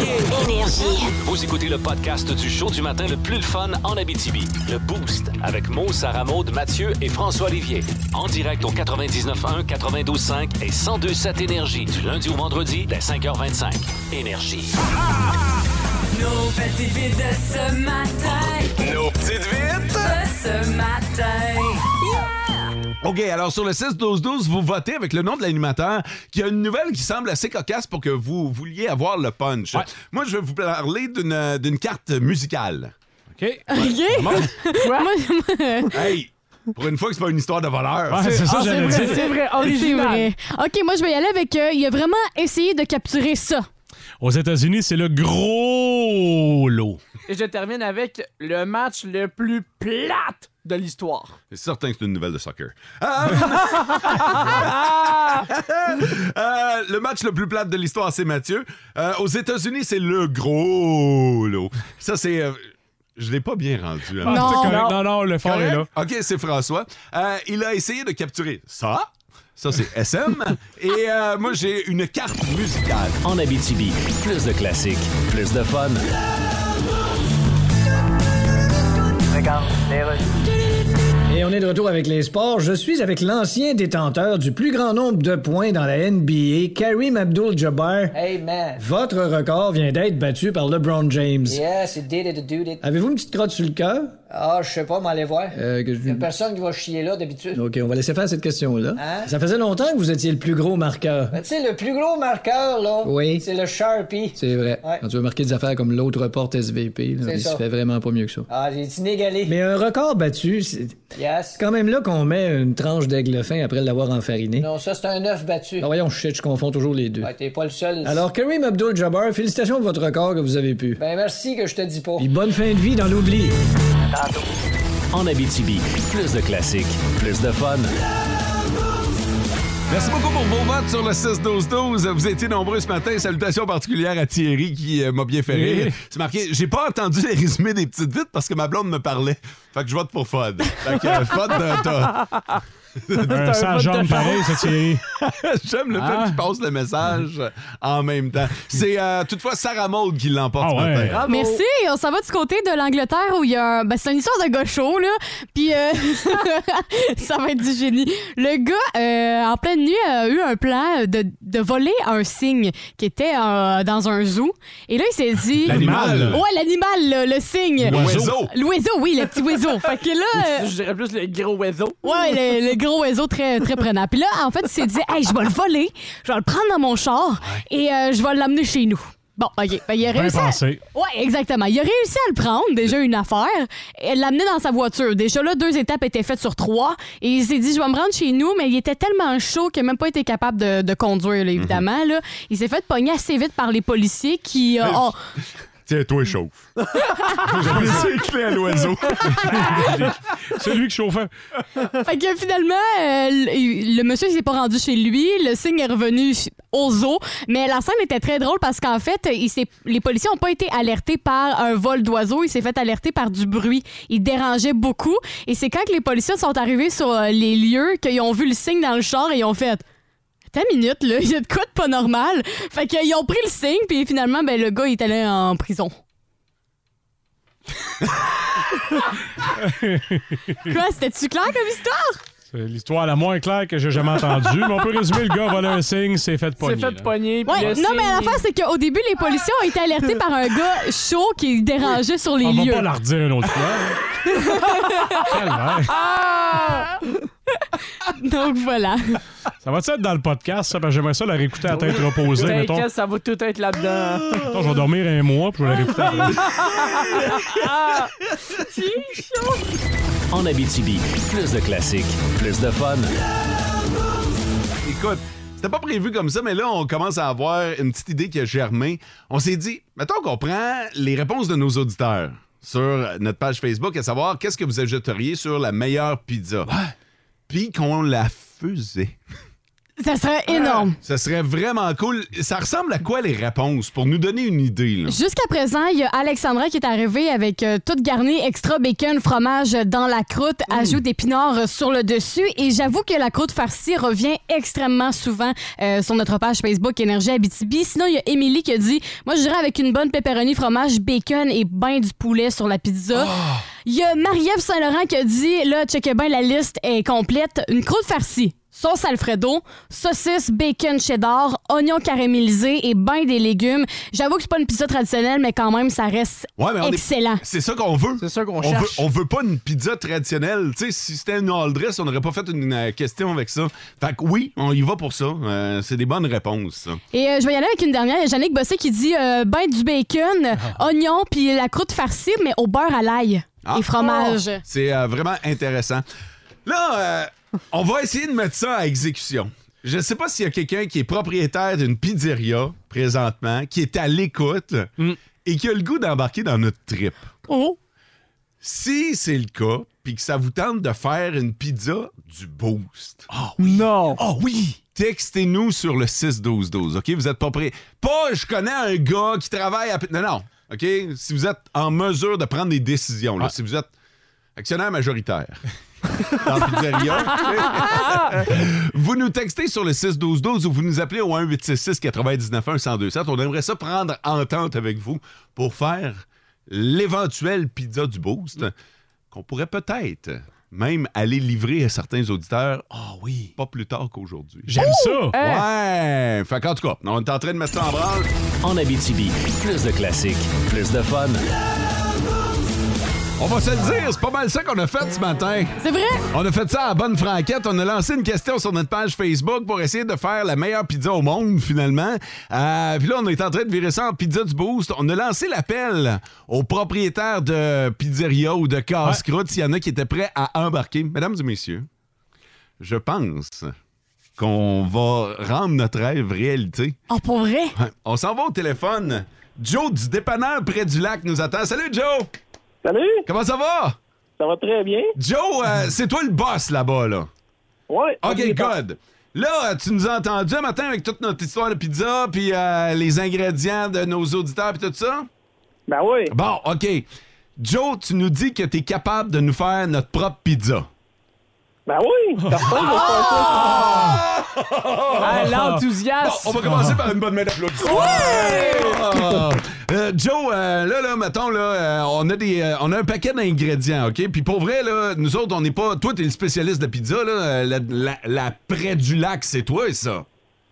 Speaker 2: Vous écoutez le podcast du show du matin le plus le fun en Abitibi. Le Boost avec Mo, Sarah Maud, Mathieu et François Olivier. En direct au 99.1, 92.5 et 102.7 Énergie du lundi au vendredi dès 5h25. Énergie.
Speaker 11: Nos petites vites de ce matin. Nos petites vites de ce matin.
Speaker 3: OK, alors sur le 6-12-12, vous votez avec le nom de l'animateur qui a une nouvelle qui semble assez cocasse pour que vous vouliez avoir le punch. Moi, je vais vous parler d'une d'une carte musicale.
Speaker 5: OK.
Speaker 6: Yeah.
Speaker 3: Bon.
Speaker 6: Moi, moi-
Speaker 3: Hey, pour une fois que c'est pas une histoire de voleur.
Speaker 5: Ouais, c'est ça, Ah, j'allais c'est vrai, dire. c'est vrai,
Speaker 6: C'est vrai. OK, moi, je vais y aller avec... euh, il a vraiment essayé de capturer ça.
Speaker 5: Aux États-Unis, c'est le gros lot.
Speaker 4: Et je termine avec le match le plus plate de l'histoire.
Speaker 3: C'est certain que c'est une nouvelle de soccer. Ah, Euh, le match le plus plate de l'histoire, c'est Mathieu. Euh, aux États-Unis, c'est le gros lot. Ça, c'est. euh, je l'ai pas bien rendu. hein.
Speaker 5: Ah, Non. c'est correct. Non, non, le fort
Speaker 3: Correct?
Speaker 5: est là.
Speaker 3: OK, c'est François. Euh, il a essayé de capturer ça. Ça, c'est SM. Et euh, moi, j'ai une carte musicale.
Speaker 2: En Abitibi, plus de classiques, plus de fun.
Speaker 8: Et on est de retour avec les sports. Je suis avec l'ancien détenteur du plus grand nombre de points dans la NBA, Karim Abdul-Jabbar.
Speaker 9: Hey, man.
Speaker 8: Votre record vient d'être battu par LeBron James.
Speaker 9: Yes, it did it, it did it.
Speaker 8: Avez-vous une petite crotte sur le cœur?
Speaker 9: Ah, je sais pas, m'aller voir.
Speaker 8: Euh, que je-
Speaker 9: Y a personne qui va chier là d'habitude.
Speaker 8: OK, on va laisser faire cette question-là.
Speaker 9: Hein?
Speaker 8: Ça faisait longtemps que vous étiez le plus gros marqueur.
Speaker 9: Ben, tu sais, le plus gros marqueur, là,
Speaker 8: Oui.
Speaker 9: c'est le Sharpie.
Speaker 8: C'est vrai.
Speaker 9: Ouais.
Speaker 8: Quand tu veux marquer des affaires comme l'autre report SVP, là,
Speaker 9: C'est
Speaker 8: il
Speaker 9: ça.
Speaker 8: se fait vraiment pas mieux que ça.
Speaker 9: Ah, j'ai inégalé.
Speaker 8: Mais un record battu, c'est
Speaker 9: Yes.
Speaker 8: c'est quand même là qu'on met une tranche d'aigle fin après l'avoir enfariné.
Speaker 9: Non, ça, c'est un œuf battu.
Speaker 8: Ah, voyons, shit, je confonds toujours les deux.
Speaker 9: Ouais, t'es pas le seul.
Speaker 8: Alors, Karim Abdul-Jabbar, félicitations pour votre record que vous avez pu.
Speaker 9: Ben, merci que je te dis pas.
Speaker 8: Puis bonne fin de vie dans l'oubli.
Speaker 2: En Abitibi, plus de classiques, plus de fun.
Speaker 3: Merci beaucoup pour vos votes sur le 6-12-12. Vous étiez nombreux ce matin. Salutations particulières à Thierry qui euh, m'a bien fait rire.
Speaker 5: Oui.
Speaker 3: C'est marqué, j'ai pas entendu les résumés des petites vites parce que ma blonde me parlait. Fait que je vote pour Fod. Fait que euh, Fod, euh, t'as-
Speaker 5: Un
Speaker 4: vote
Speaker 5: sergent
Speaker 4: de
Speaker 5: pareil, ça, Thierry.
Speaker 3: J'aime le fait
Speaker 5: Ah.
Speaker 3: qu'il passe le message en même temps. C'est euh, toutefois Sarah Maud qui l'emporte
Speaker 5: Ah ouais.
Speaker 3: ce matin.
Speaker 4: Bravo.
Speaker 6: Merci. On s'en va du côté de l'Angleterre où il y a un... Ben, c'est une histoire de gars chaud, là. Puis euh, ça va être du génie. Le gars, euh, en pleine nuit, a eu un plan de, de voler un cygne qui était euh, dans un zoo. Et là, il s'est dit...
Speaker 3: L'animal.
Speaker 6: Ouais, l'animal, là, le cygne.
Speaker 3: L'oiseau.
Speaker 6: L'oiseau, oui, le petit oiseau. fait que là... euh,
Speaker 4: Je dirais plus le gros oiseau.
Speaker 6: Ouais, le, le gros oiseau très, très prenant. Puis là, en fait, il s'est dit, hey, je vais le voler, je vais le prendre dans mon char et euh, je vais l'amener chez nous. Bon, OK. Ben, il a
Speaker 5: Bien
Speaker 6: réussi. à-
Speaker 5: pensé.
Speaker 6: Ouais, exactement. Il a réussi à le prendre, déjà une affaire, et l'amener dans sa voiture. Déjà là, deux étapes étaient faites sur trois. Et il s'est dit, je vais me rendre chez nous, mais il était tellement chaud qu'il n'a même pas été capable de, de conduire,
Speaker 5: Mhm.
Speaker 6: là, évidemment. là. Il s'est fait pogner assez vite par les policiers qui euh, ont.
Speaker 3: Tiens, toi, chauffe. J'ai laissé les clés à l'oiseau.
Speaker 5: C'est lui qui chauffait.
Speaker 6: fait que finalement, euh, le, le monsieur s'est pas rendu chez lui. Le signe est revenu aux eaux. Mais la scène était très drôle parce qu'en fait, il s'est- les policiers n'ont pas été alertés par un vol d'oiseaux. Il s'est fait alerter par du bruit. Il dérangeait beaucoup. Et c'est quand que les policiers sont arrivés sur euh, les lieux qu'ils ont vu le signe dans le char et ils ont fait. T'as minute, là, il y a de quoi de pas normal. Fait qu'ils ont pris le signe, puis finalement, ben, le gars, il est allé en prison. Quoi, c'était-tu clair comme histoire?
Speaker 5: C'est l'histoire la moins claire que j'ai jamais entendue, mais on peut résumer le gars a volé un signe, s'est fait pogner. là.
Speaker 6: Ouais,
Speaker 5: il a
Speaker 6: non, mais
Speaker 5: saigné.
Speaker 6: l'affaire, c'est qu'au début, les policiers ont été alertés par un gars chaud qui dérangeait sur les
Speaker 5: on
Speaker 6: lieux.
Speaker 5: va pas la redire une autre fois. Calvaire.
Speaker 6: Donc voilà.
Speaker 5: Ça va-tu être dans le podcast, ça? Parce que j'aimerais ça la réécouter à tête reposée,
Speaker 6: Ben,
Speaker 5: mettons.
Speaker 4: T'inquiète, ça va tout être là-dedans.
Speaker 5: Mettons, je vais dormir un mois,
Speaker 6: Ah.
Speaker 5: puis je vais la réécouter après.
Speaker 2: En Abitibi, plus de classiques, plus de fun.
Speaker 3: Écoute, c'était pas prévu comme ça, mais là, on commence à avoir une petite idée qui a germé. On s'est dit, mettons qu'on prend les réponses de nos auditeurs sur notre page Facebook, à savoir qu'est-ce que vous ajouteriez sur la meilleure pizza. Puis qu'on la faisait.
Speaker 6: Ça serait énorme.
Speaker 3: Ça serait vraiment cool. Ça ressemble à quoi les réponses pour nous donner une idée? là?
Speaker 6: Jusqu'à présent, il y a Alexandra qui est arrivée avec euh, tout garni, extra bacon, fromage dans la croûte, ajout d'épinards euh, sur le dessus. Et j'avoue que la croûte farcie revient extrêmement souvent euh, sur notre page Facebook Énergie Abitibi. Sinon, il y a Émilie qui a dit Moi, je dirais avec une bonne pepperoni, fromage, bacon et ben du poulet sur la pizza. Il y a Marie-Ève Saint-Laurent qui a dit Là, check bien, la liste est complète. Une croûte farcie. Sauce Alfredo, saucisse, bacon cheddar, oignons caramélisés et ben des légumes. J'avoue que c'est pas une pizza traditionnelle, mais quand même, ça reste
Speaker 3: Ouais, mais on est-
Speaker 6: excellent.
Speaker 3: C'est ça qu'on veut. C'est
Speaker 4: ça qu'on
Speaker 3: on veut,
Speaker 4: cherche.
Speaker 3: on veut pas une pizza traditionnelle. Tu sais, si c'était une all dress, on n'aurait pas fait une euh, question avec ça. Fait que oui, on y va pour ça. Euh, c'est des bonnes réponses. ça.
Speaker 6: Et euh, je vais y aller avec une dernière. Il y a Yannick Bossé qui dit euh, ben du bacon,
Speaker 5: Ah.
Speaker 6: oignons puis la croûte farcie, mais au beurre à l'ail et fromage.
Speaker 3: Ah.
Speaker 5: Oh.
Speaker 3: C'est euh, vraiment intéressant. Là, euh, on va essayer de mettre ça à exécution. Je ne sais pas s'il y a quelqu'un qui est propriétaire d'une pizzeria présentement, qui est à l'écoute
Speaker 4: Mm.
Speaker 3: et qui a le goût d'embarquer dans notre trip.
Speaker 6: Oh!
Speaker 3: Si c'est le cas, puis que ça vous tente de faire une pizza du boost. Oh
Speaker 4: Non!
Speaker 3: Oh oui! Textez-nous sur le 6-12-12, OK? Vous êtes pas prêts. Pas, je connais un gars qui travaille à... pi- Non, non, OK? Si vous êtes en mesure de prendre des décisions, là, si vous êtes actionnaire majoritaire dans la pizzeria, Ah! vous nous textez sur le 6-12-12 ou vous nous appelez au 1-866-991-1027. On aimerait ça prendre entente avec vous pour faire l'éventuelle pizza du Boost qu'on pourrait peut-être même aller livrer à certains auditeurs. Ah oui! Pas plus tard qu'aujourd'hui.
Speaker 5: J'aime ça!
Speaker 3: Ouais! Fait qu'en tout cas, on est en train de mettre ça en branle.
Speaker 2: En Abitibi, plus de classiques, plus de fun.
Speaker 3: On va se le dire, c'est pas mal ça qu'on a fait ce matin.
Speaker 6: C'est vrai?
Speaker 3: On a fait ça à la bonne franquette. On a lancé une question sur notre page Facebook pour essayer de faire la meilleure pizza au monde, finalement. Euh, Puis là, on est en train de virer ça en pizza du boost. On a lancé l'appel aux propriétaires de pizzeria ou de casse-croûte s'il y en a qui étaient prêts à embarquer. Mesdames et messieurs, je pense qu'on va rendre notre rêve réalité.
Speaker 6: Oh, pour vrai?
Speaker 3: Ouais. On s'en va au téléphone. Joe du dépanneur près du lac nous attend. Salut, Joe!
Speaker 14: Salut!
Speaker 3: Comment ça va?
Speaker 14: Ça va très bien.
Speaker 3: Joe, euh, c'est toi le boss là-bas, là.
Speaker 14: Ouais.
Speaker 3: OK, God. Là, euh, tu nous as entendu un matin avec toute notre histoire de pizza, puis euh, les ingrédients de nos auditeurs, puis tout ça?
Speaker 14: Ben oui.
Speaker 3: Bon, OK. Joe, tu nous dis que tu es capable de nous faire notre propre pizza.
Speaker 14: Ben oui! Personne ne
Speaker 3: Ah!
Speaker 14: fait ça.
Speaker 4: Ah, l'enthousiasme!
Speaker 3: Bon, on va commencer par une bonne main d'applaudissements. Ah! Euh, Joe, euh, là, là, mettons, là, euh, on, a des, euh, on a un paquet d'ingrédients, OK? Puis pour vrai, là, nous autres, on n'est pas... Toi, t'es le spécialiste de la pizza, là. euh, La, la- la près du lac, c'est toi, ça?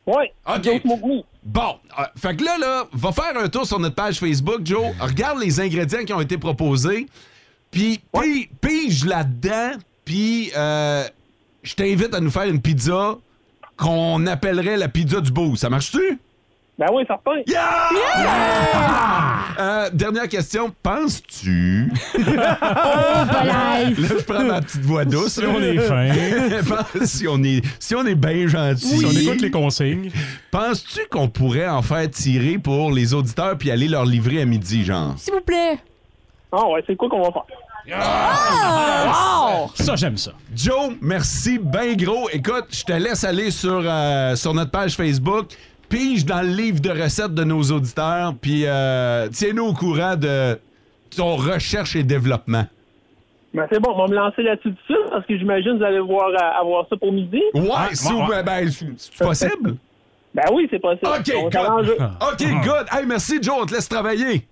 Speaker 14: Oui.
Speaker 3: OK. Bon, euh, fait que là, là, va faire un tour sur notre page Facebook, Joe. Regarde les ingrédients qui ont été proposés. Puis pi- pige là-dedans. Puis euh, je t'invite à nous faire une pizza qu'on appellerait la pizza du beau. Ça marche-tu?
Speaker 14: Ben oui, certain.
Speaker 3: Yeah! Euh, dernière question. Penses-tu. oh,
Speaker 11: palais!
Speaker 3: Là, je prends ma petite voix douce.
Speaker 5: Si on est fin.
Speaker 3: Pense- si on est, si on est bien gentil.
Speaker 5: Si on écoute les
Speaker 3: consignes. Penses-tu qu'on pourrait en faire tirer pour les auditeurs puis aller leur livrer à midi, genre?
Speaker 6: S'il vous plaît. Ah!
Speaker 14: Ah ouais, c'est quoi qu'on va faire?
Speaker 3: Ah!
Speaker 5: Ça, j'aime ça.
Speaker 3: Joe, merci ben gros. Écoute, je te laisse aller sur, euh, sur notre page Facebook. Pige dans le livre de recettes de nos auditeurs, puis euh, tiens-nous au courant de ton recherche et développement.
Speaker 14: Ben c'est bon, on va me lancer là-dessus tout de suite parce que j'imagine que vous allez voir euh, avoir ça pour midi.
Speaker 3: Ouais, si- ben, ben, c'est possible?
Speaker 14: Ben oui, c'est possible.
Speaker 3: OK,
Speaker 14: On s'arrange.
Speaker 3: good. OK,
Speaker 5: Ah.
Speaker 3: good. Hey, merci, Joe. On te laisse travailler.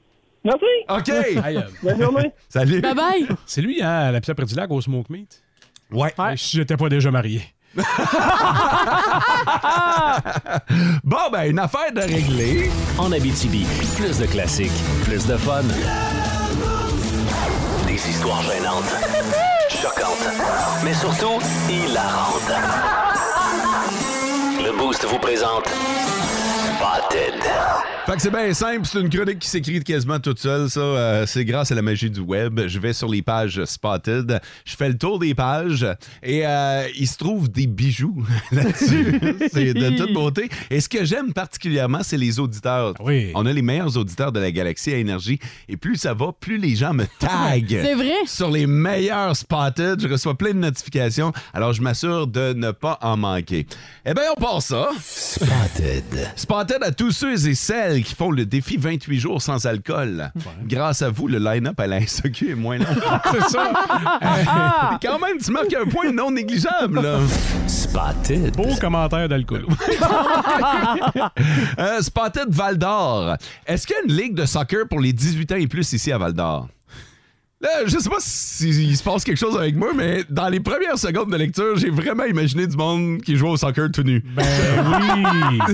Speaker 14: Merci.
Speaker 3: OK.
Speaker 5: Aïe, euh,
Speaker 14: Bonne journée.
Speaker 3: Salut.
Speaker 6: Bye-bye.
Speaker 5: C'est lui, hein, la après du lac au Smoke Meat?
Speaker 3: Ouais.
Speaker 5: Si j'étais pas déjà marié.
Speaker 3: Bon, ben, une affaire de régler.
Speaker 2: En Abitibi, plus de classiques, plus de fun. Des histoires gênantes, choquantes, mais surtout hilarantes. Le Boost vous présente Spotted.
Speaker 3: Fait que c'est bien simple, c'est une chronique qui s'écrit quasiment toute seule, ça. Euh, c'est grâce à la magie du web. Je vais sur les pages Spotted, je fais le tour des pages et euh, il se trouve des bijoux là-dessus. c'est de toute beauté. Et ce que j'aime particulièrement, c'est les auditeurs. On a les meilleurs auditeurs de la galaxie à énergie et plus ça va, plus les gens me taguent.
Speaker 6: C'est vrai.
Speaker 3: Sur les meilleurs Spotted, je reçois plein de notifications, alors je m'assure de ne pas en manquer. Eh bien, on part ça.
Speaker 2: Spotted.
Speaker 3: Spotted à tous ceux et celles qui font le défi 28 jours sans alcool. Grâce à vous, le line-up à la SQ est moins long.
Speaker 11: C'est ça. Ah!
Speaker 3: Quand même, tu marques un point non négligeable. Là.
Speaker 2: Spotted.
Speaker 5: Beau commentaire d'alcool.
Speaker 3: Euh, Spotted Val d'Or. Est-ce qu'il y a une ligue de soccer pour les 18 ans et plus ici à Val d'Or? Là, je sais pas s'il se passe quelque chose avec moi, mais dans les premières secondes de lecture, j'ai vraiment imaginé du monde qui joue au soccer tout nu. Ben
Speaker 5: oui!
Speaker 3: Je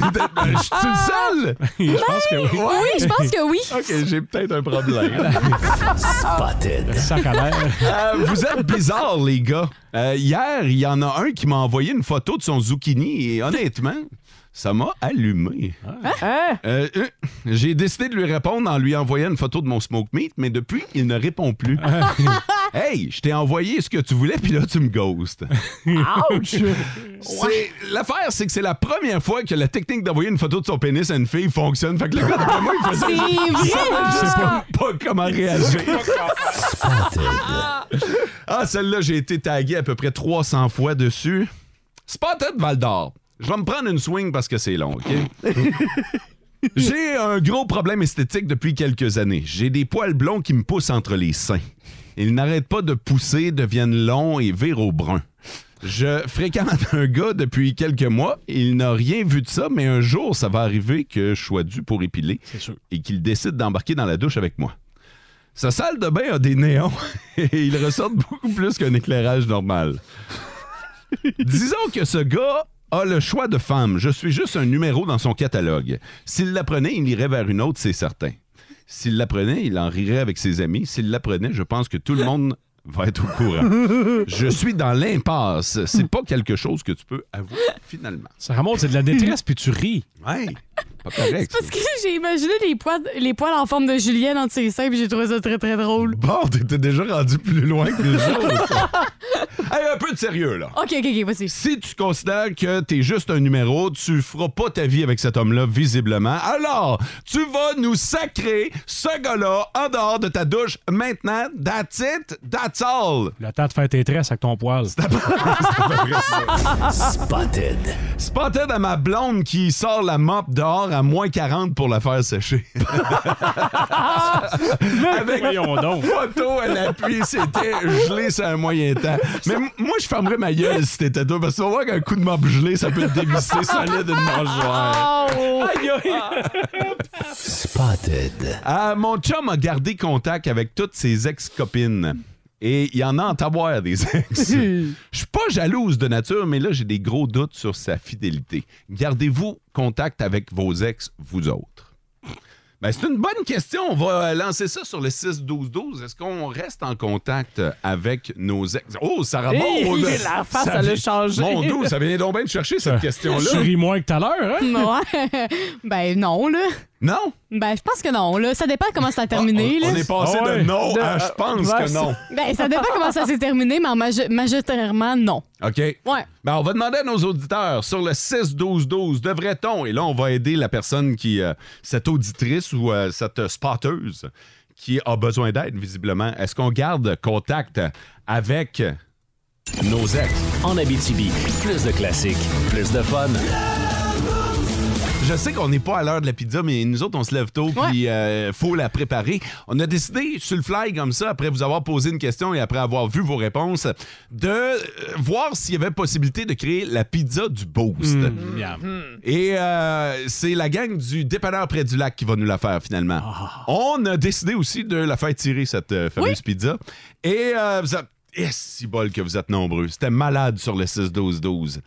Speaker 3: suis le seul!
Speaker 5: je pense que oui.
Speaker 3: Ouais.
Speaker 6: Ben, Oui, je pense que oui.
Speaker 3: OK, j'ai peut-être un problème.
Speaker 2: Spotted.
Speaker 5: Sac à l'air.
Speaker 3: Euh, vous êtes bizarres, les gars. Euh, hier, il y en a un qui m'a envoyé une photo de son zucchini et honnêtement, ça m'a allumé.
Speaker 5: Ah.
Speaker 6: Ah,
Speaker 4: Hein?
Speaker 3: Euh, euh, J'ai décidé de lui répondre en lui envoyant une photo de mon smoke meat, mais depuis, il ne répond plus. hey, je t'ai envoyé ce que tu voulais, puis là, tu me ghostes.
Speaker 11: Ouch!
Speaker 3: C'est- L'affaire, c'est que c'est la première fois que la technique d'envoyer une photo de son pénis à une fille fonctionne. Fait que le gars, d'après moi, il faisait.
Speaker 11: C'est vrai!
Speaker 3: Je sais pas, pas comment réagir. Ah, celle-là, j'ai été tagué à peu près 300 fois dessus. Spotted Val d'Or. Je vais me prendre une swing parce que c'est long, OK? j'ai un gros problème esthétique depuis quelques années. J'ai des poils blonds qui me poussent entre les seins. Ils n'arrêtent pas de pousser, deviennent longs et virent au brun. Je fréquente un gars depuis quelques mois. Il n'a rien vu de ça, mais un jour, ça va arriver que je sois dû pour épiler et qu'il décide d'embarquer dans la douche avec moi. Sa salle de bain a des néons et ils ressortent beaucoup plus qu'un éclairage normal. Disons que ce gars a le choix de femme. Je suis juste un numéro dans son catalogue. S'il l'apprenait, il irait vers une autre, c'est certain. S'il l'apprenait, il en rirait avec ses amis. S'il l'apprenait, je pense que tout le monde va être au courant. Je suis dans l'impasse. C'est pas quelque chose que tu peux avouer finalement.
Speaker 5: Ça remonte, c'est de la détresse, puis tu ris.
Speaker 3: Ouais. Pas correct.
Speaker 6: Parce que j'ai imaginé les poils, les poils en forme de Julien entre ses seins, puis j'ai trouvé ça très, très drôle.
Speaker 3: Bon, t'étais déjà rendu plus loin que les autres. hey, un peu de sérieux, là.
Speaker 6: OK, OK, OK, vas-y.
Speaker 3: Si tu considères que t'es juste un numéro, tu feras pas ta vie avec cet homme-là, visiblement. Alors, tu vas nous sacrer ce gars-là en dehors de ta douche maintenant. That's it, that's all.
Speaker 5: Le temps de faire tes tresses avec ton poil.
Speaker 2: Spotted.
Speaker 3: Spotted à ma blonde qui sort la mop dehors à moins 40 pour la faire sécher. Ah!
Speaker 11: Ah!
Speaker 3: Avec
Speaker 5: Voyons donc.
Speaker 3: photo à l'appui, c'était gelé sur un moyen temps. Mais m- moi, je fermerais ma gueule si t'étais toi, parce que tu vas voir qu'un coup de mop gelé, ça peut te dévisser solide une mangeoire.
Speaker 2: Spotted.
Speaker 3: Ah, mon chum a gardé contact avec toutes ses ex-copines. Et il y en a en taboire des ex. Je suis pas jalouse de nature, mais là, j'ai des gros doutes sur sa fidélité. Gardez-vous contact avec vos ex, vous autres. Ben, c'est une bonne question. On va euh, lancer ça sur le 6-12-12. Est-ce qu'on reste en contact euh, avec nos ex? Oh, Sarah Maud!
Speaker 4: Hey, la face,
Speaker 3: Ça
Speaker 4: elle a
Speaker 3: vi-
Speaker 4: changé.
Speaker 3: Mon Dieu, ça vient donc bien de chercher cette question-là.
Speaker 5: tu ris moins que tout à l'heure, hein?
Speaker 6: Ouais. ben non, là.
Speaker 3: Non?
Speaker 6: Ben, je pense que non, là. Ça dépend comment ça a terminé, là.
Speaker 3: On est passé
Speaker 5: Ah ouais.
Speaker 3: de non
Speaker 5: De-
Speaker 3: à je pense
Speaker 5: vers
Speaker 3: que
Speaker 5: ça.
Speaker 3: non.
Speaker 6: Ben, ça dépend comment ça s'est terminé, mais en maje- majoritairement, non.
Speaker 3: OK. Ben, on va demander à nos auditeurs sur le 6-12-12, devrait-on, et là, on va aider la personne qui, euh, cette auditrice ou euh, cette spotteuse qui a besoin d'aide, visiblement. Est-ce qu'on garde contact avec nos ex?
Speaker 2: En Abitibi, plus de classiques, plus de fun.
Speaker 3: Je sais qu'on n'est pas à l'heure de la pizza, mais nous autres, on se lève tôt, puis euh, faut la préparer. On a décidé, sur le fly comme ça, après vous avoir posé une question et après avoir vu vos réponses, de euh, voir s'il y avait possibilité de créer la pizza du boost. Et euh, c'est la gang du dépanneur près du lac qui va nous la faire finalement. On a décidé aussi de la faire tirer, cette euh, fameuse pizza. Et euh, vous êtes... Eh, si bol que vous êtes nombreux. C'était malade sur le 6-12-12.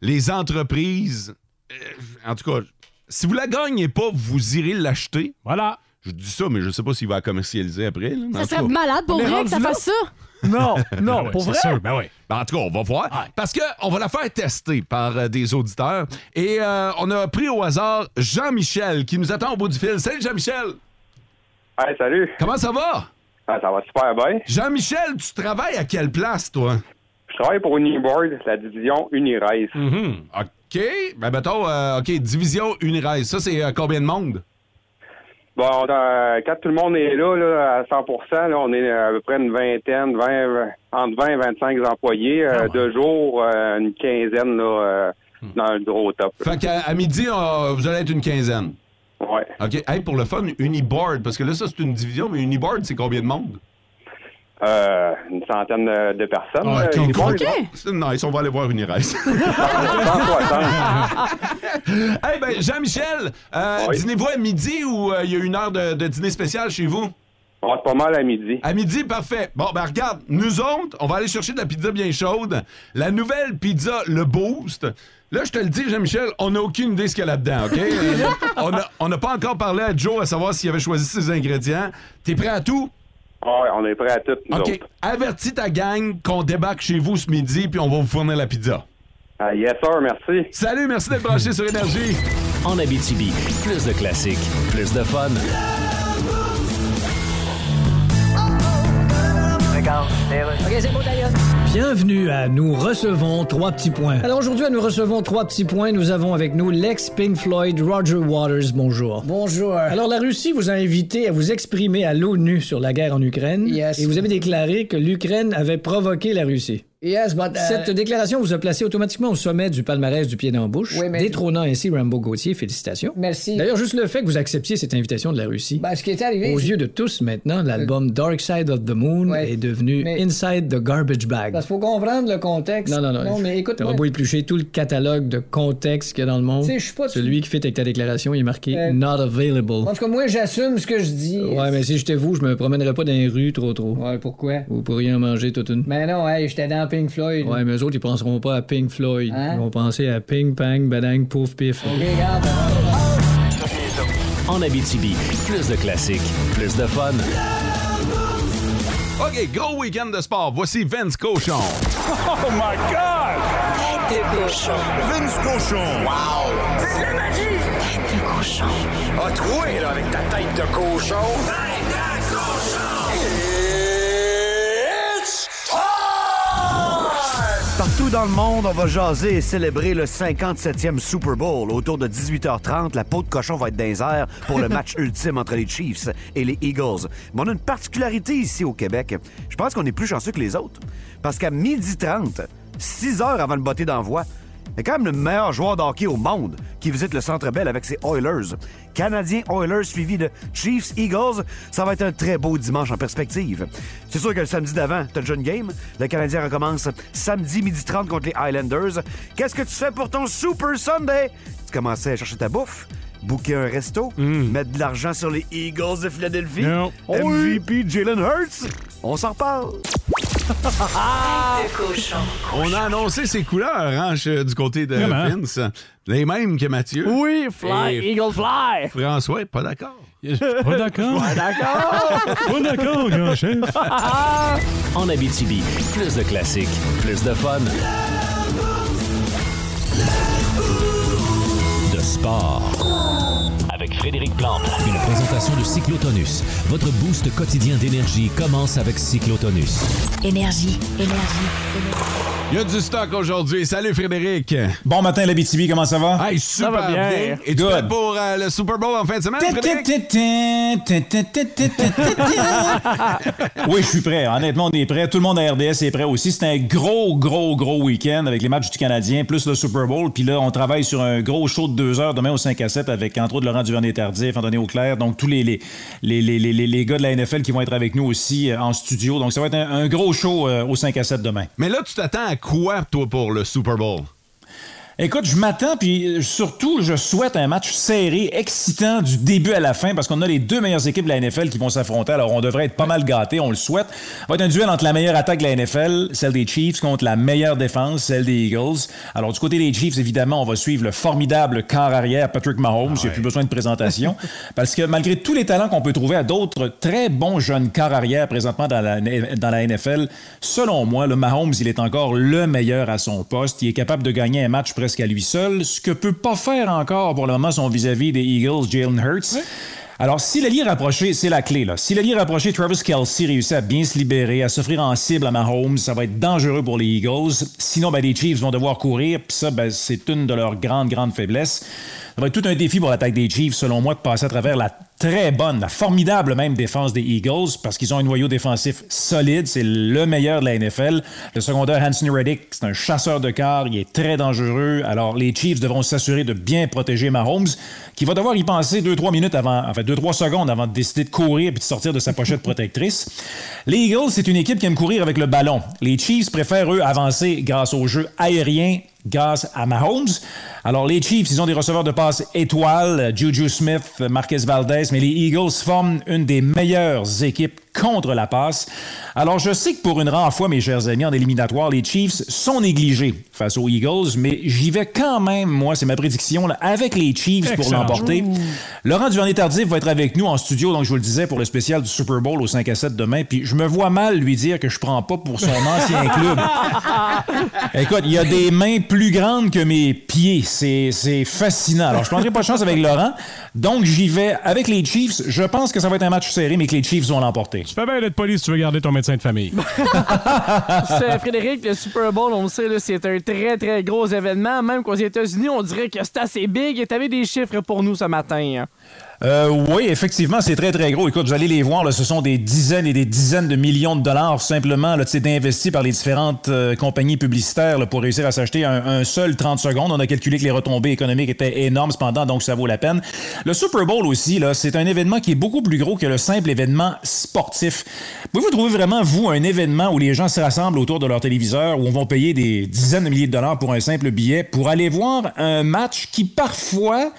Speaker 3: Les entreprises... euh, en tout cas, si vous la gagnez pas, vous irez l'acheter.
Speaker 5: Voilà.
Speaker 3: Je dis ça, mais je sais pas s'il va la commercialiser après. là. Mais en
Speaker 6: Ça
Speaker 3: tout
Speaker 6: serait
Speaker 3: cas-
Speaker 6: malade pour
Speaker 3: On est
Speaker 6: vrai que
Speaker 3: rendu
Speaker 6: ça
Speaker 3: là?
Speaker 6: fasse ça.
Speaker 4: Non,
Speaker 3: Ah
Speaker 4: Oh, non,
Speaker 3: ouais,
Speaker 4: pour
Speaker 3: c'est
Speaker 4: vrai.
Speaker 3: sûr, ben ouais. Ben, en tout cas, on va voir. Parce qu'on va la faire tester par euh, des auditeurs. Et euh, on a pris au hasard Jean-Michel qui nous attend au bout du fil. Salut Jean-Michel!
Speaker 15: Hey, salut!
Speaker 3: Comment ça va?
Speaker 15: Ah, ça va super bien.
Speaker 3: Jean-Michel, tu travailles à quelle place, toi?
Speaker 15: Je travaille pour Uniboard, la division Unirace.
Speaker 3: Mm-hmm. OK. Ben, mettons, euh, OK, Division Uniraise. Ça, c'est euh, combien de monde?
Speaker 15: Bon, euh, quand tout le monde est là, là à 100 là, on est à peu près une vingtaine, 20, entre 20 et 25 employés.
Speaker 3: Ah
Speaker 15: euh, Deux jours, euh, une quinzaine là, euh, dans le gros top.
Speaker 3: Fait qu'à à midi, euh, vous allez être une quinzaine.
Speaker 15: Ouais.
Speaker 3: OK. Hey, pour le fun, Uniboard, parce que là, ça, c'est une division, mais Uniboard, c'est combien de monde?
Speaker 15: Euh, une centaine de, de personnes. là, Uniboard.
Speaker 3: Ah, Non, ils on va aller voir Uniraise. hey, ben, Jean-Michel, euh, dînez-vous à midi ou euh, il y a une heure de, de dîner spécial chez vous?
Speaker 15: On pas mal à midi.
Speaker 3: À midi, parfait. Bon, ben regarde, nous autres, on va aller chercher de la pizza bien chaude. La nouvelle pizza, le Boost. Là, je te le dis, Jean-Michel, on n'a aucune idée ce qu'il y a là-dedans, OK? Euh, on n'a on n'a pas encore parlé à Joe à savoir s'il avait choisi ses ingrédients. T'es prêt à tout?
Speaker 15: Ouais, on est prêt à tout, nous
Speaker 3: OK.
Speaker 15: autres.
Speaker 3: Avertis ta gang qu'on débarque chez vous ce midi, puis on va vous fournir la pizza.
Speaker 15: Ah, yes, sir, merci.
Speaker 3: Salut, merci d'être branché sur Énergie.
Speaker 2: En Abitibi, plus de classiques, plus de fun.
Speaker 8: Bienvenue à Nous recevons trois petits points. Alors aujourd'hui, à Nous recevons trois petits points, nous avons avec nous l'ex Pink Floyd Roger Waters. Bonjour. Bonjour. Alors la Russie vous a invité à vous exprimer à l'ONU sur la guerre en Ukraine. Et vous avez déclaré que l'Ukraine avait provoqué la Russie.
Speaker 9: Yes, but... euh,
Speaker 8: Cette déclaration vous a placé automatiquement au sommet du palmarès du pied dans la bouche,
Speaker 9: Oui, mais-
Speaker 8: détrônant ainsi Rambo Gauthier. Félicitations.
Speaker 9: Merci.
Speaker 8: D'ailleurs, juste le fait que vous acceptiez cette invitation de la Russie.
Speaker 9: Ben, ce qui est arrivé...
Speaker 8: Aux
Speaker 9: c'est- Euh,
Speaker 8: yeux de tous maintenant, l'album Dark Side of the Moon est devenu Inside the Garbage Bag.
Speaker 9: Parce qu'il faut comprendre le contexte.
Speaker 8: Non, non, non.
Speaker 9: Non, mais écoute...
Speaker 8: T'auras beau éplucher tout le catalogue de contexte qu'il y a dans le monde.
Speaker 9: Tu sais, je suis pas-
Speaker 8: Celui qui fait avec ta déclaration, il est marqué
Speaker 9: Euh,
Speaker 8: Not available.
Speaker 9: En tout cas, moi, j'assume ce que je dis.
Speaker 8: Ouais, mais si j'étais vous, je me promènerais pas dans les rues trop trop.
Speaker 9: Ouais, pourquoi?
Speaker 8: Vous pourriez en manger toute une.
Speaker 9: Mais Ben non, hey, j'étais dans Pink Floyd.
Speaker 8: Ouais, mais eux autres, ils penseront pas à Pink Floyd.
Speaker 9: Hein?
Speaker 8: Ils vont penser à Ping Pang, Badang, Pouf Pif.
Speaker 9: Regarde.
Speaker 2: En Abitibi, plus de classiques, plus de fun.
Speaker 3: OK, gros week-end de sport. Voici Vince Cochon.
Speaker 11: Oh my God! Tête de cochon.
Speaker 13: Vince cochon.
Speaker 11: Wow! C'est de la magie! Tête de cochon. Ah, troué, là, avec ta tête de cochon. Tête de cochon! It's
Speaker 16: Partout dans le monde, on va jaser et célébrer le 57e Super Bowl. Autour de 18h30, la peau de cochon va être dans les airs pour le match ultime entre les Chiefs et les Eagles. Mais on a une particularité ici au Québec. Je pense qu'on est plus chanceux que les autres. Parce qu'à 12h30, 6 heures avant le botté d'envoi, il y a quand même le meilleur joueur de hockey au monde qui visite le Centre Bell avec ses Oilers. Canadiens Oilers suivi de Chiefs Eagles, ça va être un très beau dimanche en perspective. C'est sûr que le samedi d'avant, t'as déjà une game. Le Canadien recommence samedi midi 30 contre les Highlanders. Qu'est-ce que tu fais pour ton Super Sunday? Tu commençais à chercher ta bouffe, booker un resto, mettre de l'argent sur les Eagles de Philadelphie,
Speaker 11: Non.
Speaker 16: MVP Jalen Hurts. On s'en parle.
Speaker 11: Tête de cochon.
Speaker 3: On a annoncé ses couleurs hein, je- du côté de
Speaker 5: Vraiment?
Speaker 3: Vince. Les mêmes que Mathieu.
Speaker 4: Oui, fly,
Speaker 3: Et
Speaker 4: eagle, fly.
Speaker 3: François est pas d'accord.
Speaker 5: Pas d'accord.
Speaker 4: Pas d'accord.
Speaker 5: Pas d'accord, grand chef.
Speaker 2: Ah. En Abitibi, plus de classiques, plus de fun. De sport. Avec Frédéric Plante.
Speaker 7: Une présentation de Cyclotonus. Votre boost quotidien d'énergie commence avec Cyclotonus.
Speaker 9: hein.
Speaker 12: Énergie, énergie.
Speaker 3: Il y a du stock aujourd'hui. Salut Frédéric.
Speaker 17: Bon matin, la BTV, comment ça va?
Speaker 3: Hey, super
Speaker 17: va bien.
Speaker 3: Et tu
Speaker 17: Good.
Speaker 3: prêt pour euh, le Super Bowl en fin de semaine, Frédéric?
Speaker 17: Oui, je suis prêt. Honnêtement, on est prêt. Tout le monde à RDS est prêt aussi. C'est un gros, gros, gros week-end avec les matchs du Canadien, plus le Super Bowl. Puis là, on travaille sur un gros show de deux heures demain au 5 à 7 avec, entre autres, Laurent Duvernay-Tardif, Anthony Auclair. Donc, tous les, les, les, les, les- les gars de la NFL qui vont être avec nous aussi euh, en studio. Donc, ça va être un, un gros show euh, au 5 à 7 demain.
Speaker 3: Mais là, tu t'attends à quoi, toi, pour le Super Bowl?
Speaker 17: Écoute, je m'attends, puis euh, surtout, je souhaite un match serré, excitant du début à la fin, parce qu'on a les deux meilleures équipes de la NFL qui vont s'affronter. Alors, on devrait être pas mal gâtés, on le souhaite. Ça va être un duel entre la meilleure attaque de la NFL, celle des Chiefs, contre la meilleure défense, celle des Eagles. Alors, du côté des Chiefs, évidemment, on va suivre le formidable corps arrière Patrick Mahomes. Il n'y a plus besoin de présentation, parce que malgré tous les talents qu'on peut trouver à d'autres très bons jeunes corps arrière présentement dans la, dans la NFL, selon moi, le Mahomes, il est encore le meilleur à son poste. Il est capable de gagner un match presque à lui seul, ce que peut pas faire encore pour le moment son vis-à-vis des Eagles, Jalen Hurts. Alors, si l'allié rapproché, c'est la clé, là. Si l'allié rapproché, Travis Kelsey réussit à bien se libérer, à s'offrir en cible à Mahomes, ça va être dangereux pour les Eagles. Sinon, ben, les Chiefs vont devoir courir, puis ça, ben, c'est une de leurs grandes, grandes faiblesses. Ça va être tout un défi pour l'attaque des Chiefs, selon moi, de passer à travers la très bonne, la formidable même défense des Eagles, parce qu'ils ont un noyau défensif solide. C'est le meilleur de la NFL. Le secondaire Hanson Reddick, c'est un chasseur de quart. Il est très dangereux. Alors, les Chiefs devront s'assurer de bien protéger Mahomes, qui va devoir y penser 2-3 minutes avant, en fait, 2-3 secondes avant de décider de courir puis de sortir de sa pochette protectrice. Les Eagles, c'est une équipe qui aime courir avec le ballon. Les Chiefs préfèrent, eux, avancer grâce au jeu aérien grâce à Mahomes. Alors, les Chiefs, ils ont des receveurs de passe étoiles, euh, Juju Smith, euh, Marquez Valdez, mais les Eagles forment une des meilleures équipes contre la passe. Alors, je sais que pour une rare fois, mes chers amis, en éliminatoire, les Chiefs sont négligés face aux Eagles, mais j'y vais quand même, moi, c'est ma prédiction, là, avec les Chiefs pour
Speaker 5: Excellent.
Speaker 17: l'emporter.
Speaker 5: Ouh.
Speaker 17: Laurent Duvernay-Tardif va être avec nous en studio, donc je vous le disais, pour le spécial du Super Bowl au 5 à 7 demain, puis je me vois mal lui dire que je prends pas pour son ancien club. Écoute, il y a des mains plus grandes que mes pieds. C'est, c'est fascinant. Alors, je prendrai pas de chance avec Laurent. Donc, j'y vais avec les Chiefs. Je pense que ça va être un match serré, mais que les Chiefs vont l'emporter.
Speaker 5: Tu fais bien d'être poli si tu veux garder ton médecin de famille.
Speaker 4: C'est- Frédéric, le Super Bowl, on le sait, là, c'est un très, très gros événement. Même qu'aux États-Unis, on dirait que c'est assez big. Et t'avais des chiffres pour nous ce matin.
Speaker 17: Euh, oui, effectivement, c'est très, très gros. Écoute, vous allez les voir, là, ce sont des dizaines et des dizaines de millions de dollars simplement là, tu sais, d'investis par les différentes euh, compagnies publicitaires là, pour réussir à s'acheter un, un seul 30 secondes. On a calculé que les retombées économiques étaient énormes cependant, donc ça vaut la peine. Le Super Bowl aussi, là, c'est un événement qui est beaucoup plus gros que le simple événement sportif. Pouvez-vous trouver vraiment, vous, un événement où les gens se rassemblent autour de leur téléviseur, où on va payer des dizaines de milliers de dollars pour un simple billet, pour aller voir un match qui parfois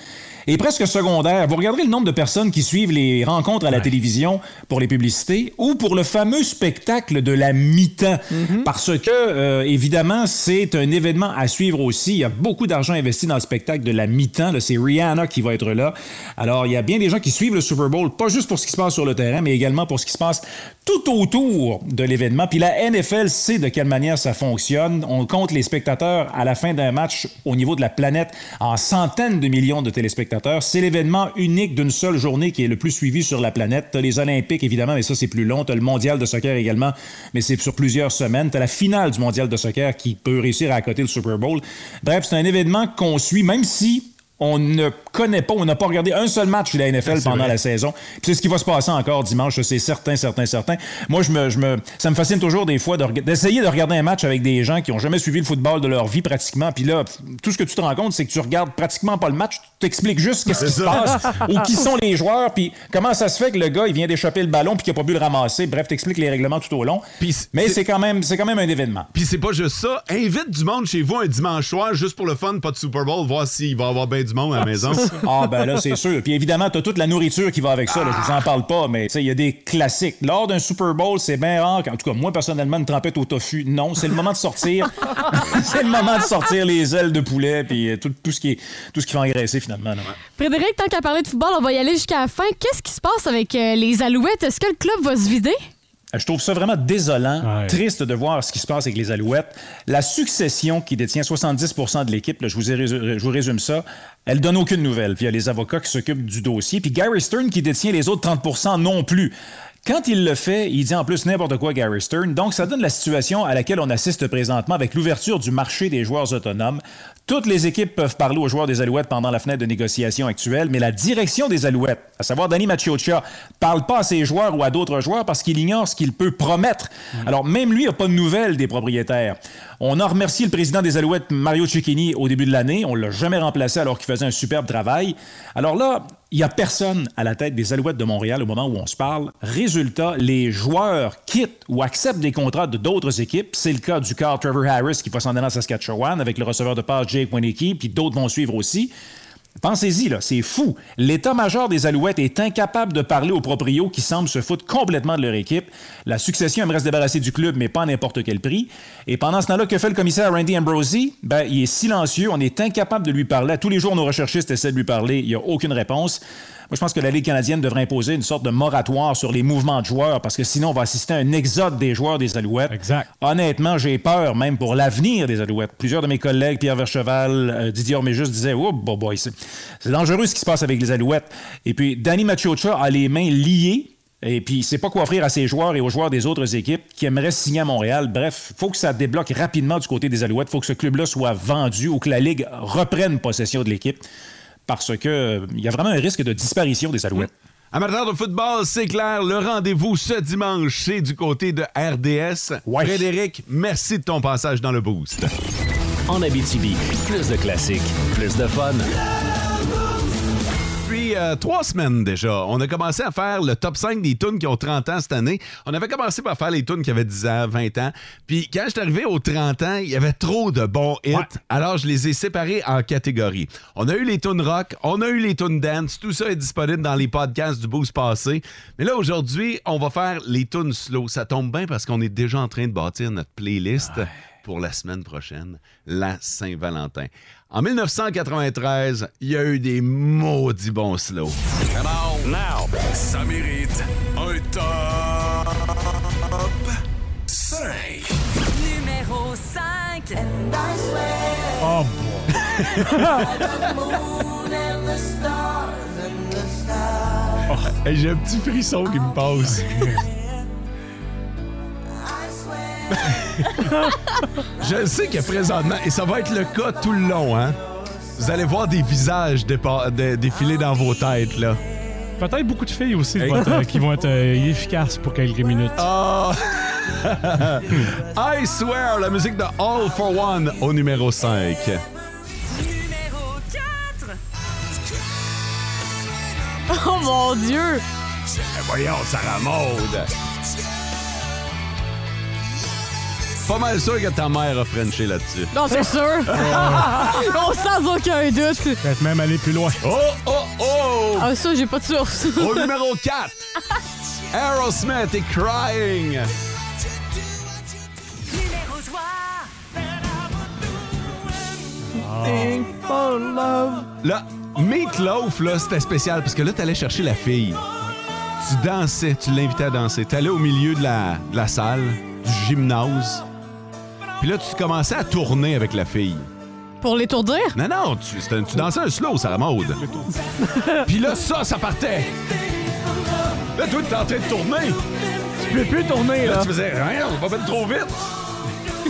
Speaker 17: et presque secondaire. Vous regardez le nombre de personnes qui suivent les rencontres à la télévision pour les publicités ou pour le fameux spectacle de la mi-temps. Parce que, euh, évidemment, c'est un événement à suivre aussi. Il y a beaucoup d'argent investi dans le spectacle de la mi-temps. là. C'est Rihanna qui va être là. Alors, il y a bien des gens qui suivent le Super Bowl, pas juste pour ce qui se passe sur le terrain, mais également pour ce qui se passe tout autour de l'événement. Puis la NFL sait de quelle manière ça fonctionne. On compte les spectateurs à la fin d'un match au niveau de la planète en centaines de millions de téléspectateurs. C'est l'événement unique d'une seule journée qui est le plus suivi sur la planète. T'as les Olympiques, évidemment, mais ça, c'est plus long. T'as le Mondial de soccer également, mais c'est sur plusieurs semaines. T'as la finale du Mondial de soccer qui peut réussir à accoter le Super Bowl. Bref, c'est un événement qu'on suit, même si on ne connaît pas, on n'a pas regardé un seul match de la NFL pendant la saison. Puis c'est ce qui va se passer encore dimanche, ça, c'est certain, certain, certain. Moi, je me, je me, ça me fascine toujours des fois de rega- d'essayer de, regarder un match avec des gens qui n'ont jamais suivi le football de leur vie pratiquement. Puis là, tout ce que tu te rends compte, c'est que tu regardes pratiquement pas le match, tu t'expliques juste qu'est-ce qui se
Speaker 5: C'est ça.
Speaker 17: passe ou qui sont les joueurs, puis comment ça se fait que le gars, il vient d'échapper le ballon puis qu'il n'a pas pu le ramasser. Bref, t'expliques les règlements tout au long. Mais c'est quand même, c'est quand même un événement.
Speaker 3: Puis c'est pas juste ça. Invite du monde chez vous un dimanche soir juste pour le fun, pas de Super Bowl, voir s'il va y avoir bien du du monde à la maison.
Speaker 17: Ah, ben là, c'est sûr. Puis évidemment, t'as toute la nourriture qui va avec ça. là. Je vous en parle pas, mais tu sais, il y a des classiques. Lors d'un Super Bowl, c'est bien rare. En tout cas, moi, personnellement, une trempette au tofu, non. C'est le moment de sortir. c'est le moment de sortir les ailes de poulet, puis euh, tout, tout ce qui est, tout ce qui va engraisser, finalement. là.
Speaker 6: Frédéric, tant qu'à parler de football, on va y aller jusqu'à la fin. Qu'est-ce qui se passe avec euh, les Alouettes? Est-ce que le club va se vider?
Speaker 17: Je trouve ça vraiment désolant, triste de voir ce qui se passe avec les Alouettes. La succession qui détient 70 de l'équipe, là, je, vous ai résu- je vous résume ça, elle donne aucune nouvelle. Puis il y a les avocats qui s'occupent du dossier, puis Gary Stern qui détient les autres 30 non plus. Quand il le fait, il dit en plus n'importe quoi Gary Stern. Donc ça donne la situation à laquelle on assiste présentement avec l'ouverture du marché des joueurs autonomes. Toutes les équipes peuvent parler aux joueurs des Alouettes pendant la fenêtre de négociation actuelle, mais la direction des Alouettes, à savoir Danny Machocha, parle pas à ses joueurs ou à d'autres joueurs parce qu'il ignore ce qu'il peut promettre. Alors, même lui n'a pas de nouvelles des propriétaires. On a remercié le président des Alouettes, Mario Cecchini, au début de l'année. On l'a jamais remplacé alors qu'il faisait un superbe travail. Alors là, il n'y a personne à la tête des Alouettes de Montréal au moment où on se parle. Résultat, les joueurs quittent ou acceptent des contrats de d'autres équipes. C'est le cas du quart Trevor Harris qui va s'en aller en Saskatchewan avec le receveur de passe Jake Winicky, puis d'autres vont suivre aussi. Pensez-y, là, c'est fou. L'état-major des Alouettes est incapable de parler aux proprios qui semblent se foutre complètement de leur équipe. La succession aimerait se débarrasser du club, mais pas à n'importe quel prix. Et pendant ce temps-là, que fait le commissaire Randy Ambrosi? Ben, il est silencieux, on est incapable de lui parler. À tous les jours, nos recherchistes essaient de lui parler, il n'y a aucune réponse. Moi, je pense que la Ligue canadienne devrait imposer une sorte de moratoire sur les mouvements de joueurs parce que sinon, on va assister à un exode des joueurs des Alouettes. Honnêtement, j'ai peur même pour l'avenir des Alouettes. Plusieurs de mes collègues, Pierre Vercheval, euh, Didier Orméjus, disaient Oh, boy, boy, c'est c'est dangereux ce qui se passe avec les Alouettes. Et puis, Danny Machocha a les mains liées. Et puis, il sait pas quoi offrir à ses joueurs et aux joueurs des autres équipes qui aimeraient signer à Montréal. Bref, faut que ça débloque rapidement du côté des Alouettes. faut que ce club-là soit vendu ou que la Ligue reprenne possession de l'équipe parce que euh, il y a vraiment un risque de disparition des Alouettes.
Speaker 3: Amateurs de football, c'est clair, le rendez-vous ce dimanche, c'est du côté de RDS. Frédéric, merci de ton passage dans le boost.
Speaker 2: En Abitibi, plus de classiques, plus de fun.
Speaker 3: Depuis euh, trois semaines déjà, on a commencé à faire le top 5 des tunes qui ont 30 ans cette année. On avait commencé par faire les tunes qui avaient 10 ans, 20 ans. Puis quand je suis arrivé aux 30 ans, il y avait trop de bons hits. Alors je les ai séparés en catégories. On a eu les tunes rock, on a eu les tunes dance. Tout ça est disponible dans les podcasts du Boost passé. Mais là, aujourd'hui, on va faire les tunes slow. Ça tombe bien parce qu'on est déjà en train de bâtir notre playlist pour la semaine prochaine, la Saint-Valentin. En 1993, il y a eu des maudits bons slow.
Speaker 11: Come on. Now. Ça mérite un top 5.
Speaker 18: Numéro 5. And I
Speaker 11: Oh,
Speaker 3: Hey, J'ai un petit frisson qui me passe. Je sais que présentement, et ça va être le cas tout le long, hein, vous allez voir des visages dépa- dé- défiler dans vos têtes, là.
Speaker 5: Peut-être beaucoup de filles aussi qui
Speaker 3: Hey.
Speaker 5: vont être, euh, qui vont être, euh, efficaces pour quelques minutes.
Speaker 3: Ah! I swear, la musique de All for One au numéro 5.
Speaker 18: Numéro 4.
Speaker 6: Oh mon Dieu!
Speaker 3: Eh, voyons, ça ramode. Pas mal sûr que ta mère a frenché là-dessus.
Speaker 6: Non, c'est sûr!
Speaker 3: Ah!
Speaker 6: On sans aucun doute!
Speaker 5: Peut-être même aller plus loin.
Speaker 3: Oh, oh, oh!
Speaker 6: Ah, ça, j'ai pas de source.
Speaker 3: Au numéro 4, Aerosmith et Crying.
Speaker 18: Numéro 3.
Speaker 3: Là, Meatloaf, là, c'était spécial parce que là, t'allais chercher la fille. Tu dansais, tu l'invitais à danser. T'allais au milieu de la, de la salle, du gymnase. Puis là, tu commençais à tourner avec la fille.
Speaker 6: Pour l'étourdir?
Speaker 3: Non, non, tu, c'était un- tu dansais un slow, Sarah Maude. Puis là, ça, ça partait. Là, toi, t'es en train de tourner. Tu peux plus tourner, là. tu faisais rien, on va même trop vite.
Speaker 18: Oh.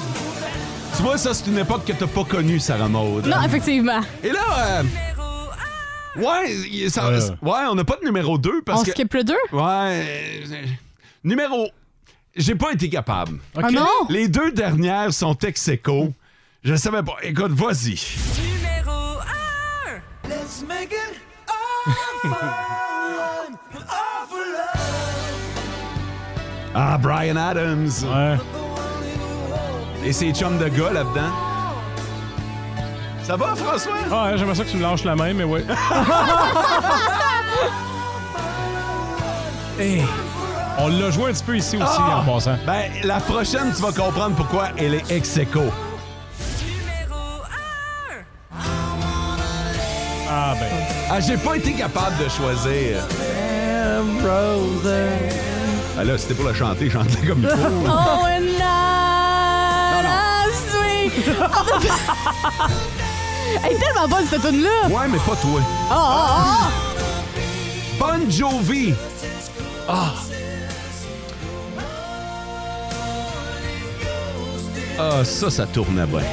Speaker 3: tu vois, ça, c'est une époque que t'as pas connue, Sarah Maude.
Speaker 6: Non, effectivement.
Speaker 3: Et là, euh, ouais, y- ça-
Speaker 11: Euh.
Speaker 3: ouais, on n'a pas de numéro 2 parce
Speaker 6: On
Speaker 3: que.
Speaker 6: skip le 2?
Speaker 3: Ouais. euh, numéro. J'ai pas été capable.
Speaker 6: Ah non?
Speaker 3: Les deux dernières sont ex aequo. Je savais pas. Écoute, vas-y.
Speaker 18: Numéro 1. Let's make it all
Speaker 3: Ah, Brian Adams. Et ses chums de gars là-dedans. Ça va, François?
Speaker 5: Ah, ouais, j'aimerais ça que tu me lâches la main, mais ouais. Hey, on l'a joué un petit peu ici aussi, en
Speaker 3: Ah!
Speaker 5: passant.
Speaker 3: Ben, la prochaine, tu vas comprendre pourquoi elle est ex aequo.
Speaker 5: Ah, ben.
Speaker 3: Ah, j'ai pas été capable de choisir. Ah là, c'était pour la chanter, chanter comme il faut.
Speaker 5: Ah,
Speaker 11: Oh,
Speaker 6: and
Speaker 11: I
Speaker 6: Ah,
Speaker 11: love sweet.
Speaker 6: Elle est tellement bonne, cette tune-là!
Speaker 3: Ouais, mais pas toi.
Speaker 6: Oh, oh,
Speaker 3: Bon Jovi. Ah. Ah, ça, ça tourne à vrai.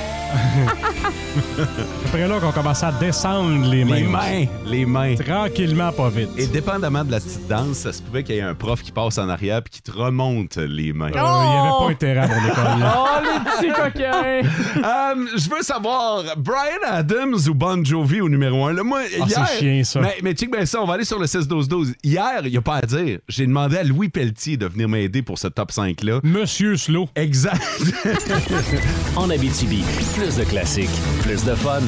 Speaker 5: Après là qu'on commençait à descendre les mains.
Speaker 3: Les mains, les mains.
Speaker 5: Tranquillement, pas vite.
Speaker 3: Et dépendamment de la petite danse, ça se pouvait qu'il y ait un prof qui passe en arrière puis qui te remonte les mains.
Speaker 5: Euh, Il n'y avait pas intérêt à mon école.
Speaker 6: ah.
Speaker 5: là.
Speaker 4: Oh, les petits coquins!
Speaker 3: Euh, je veux savoir, Brian Adams ou Bon Jovi au numéro 1? Là, moi,
Speaker 5: Ah,
Speaker 3: hier-
Speaker 5: c'est chiant, ça.
Speaker 3: Mais, mais check bien ça, on va aller sur le 16-12-12. Hier, il n'y a pas à dire. J'ai demandé à Louis Pelletier de venir m'aider pour ce top 5-là.
Speaker 5: Monsieur Slow.
Speaker 3: Exact.
Speaker 2: en Abitibi, plus de classiques, plus de fun.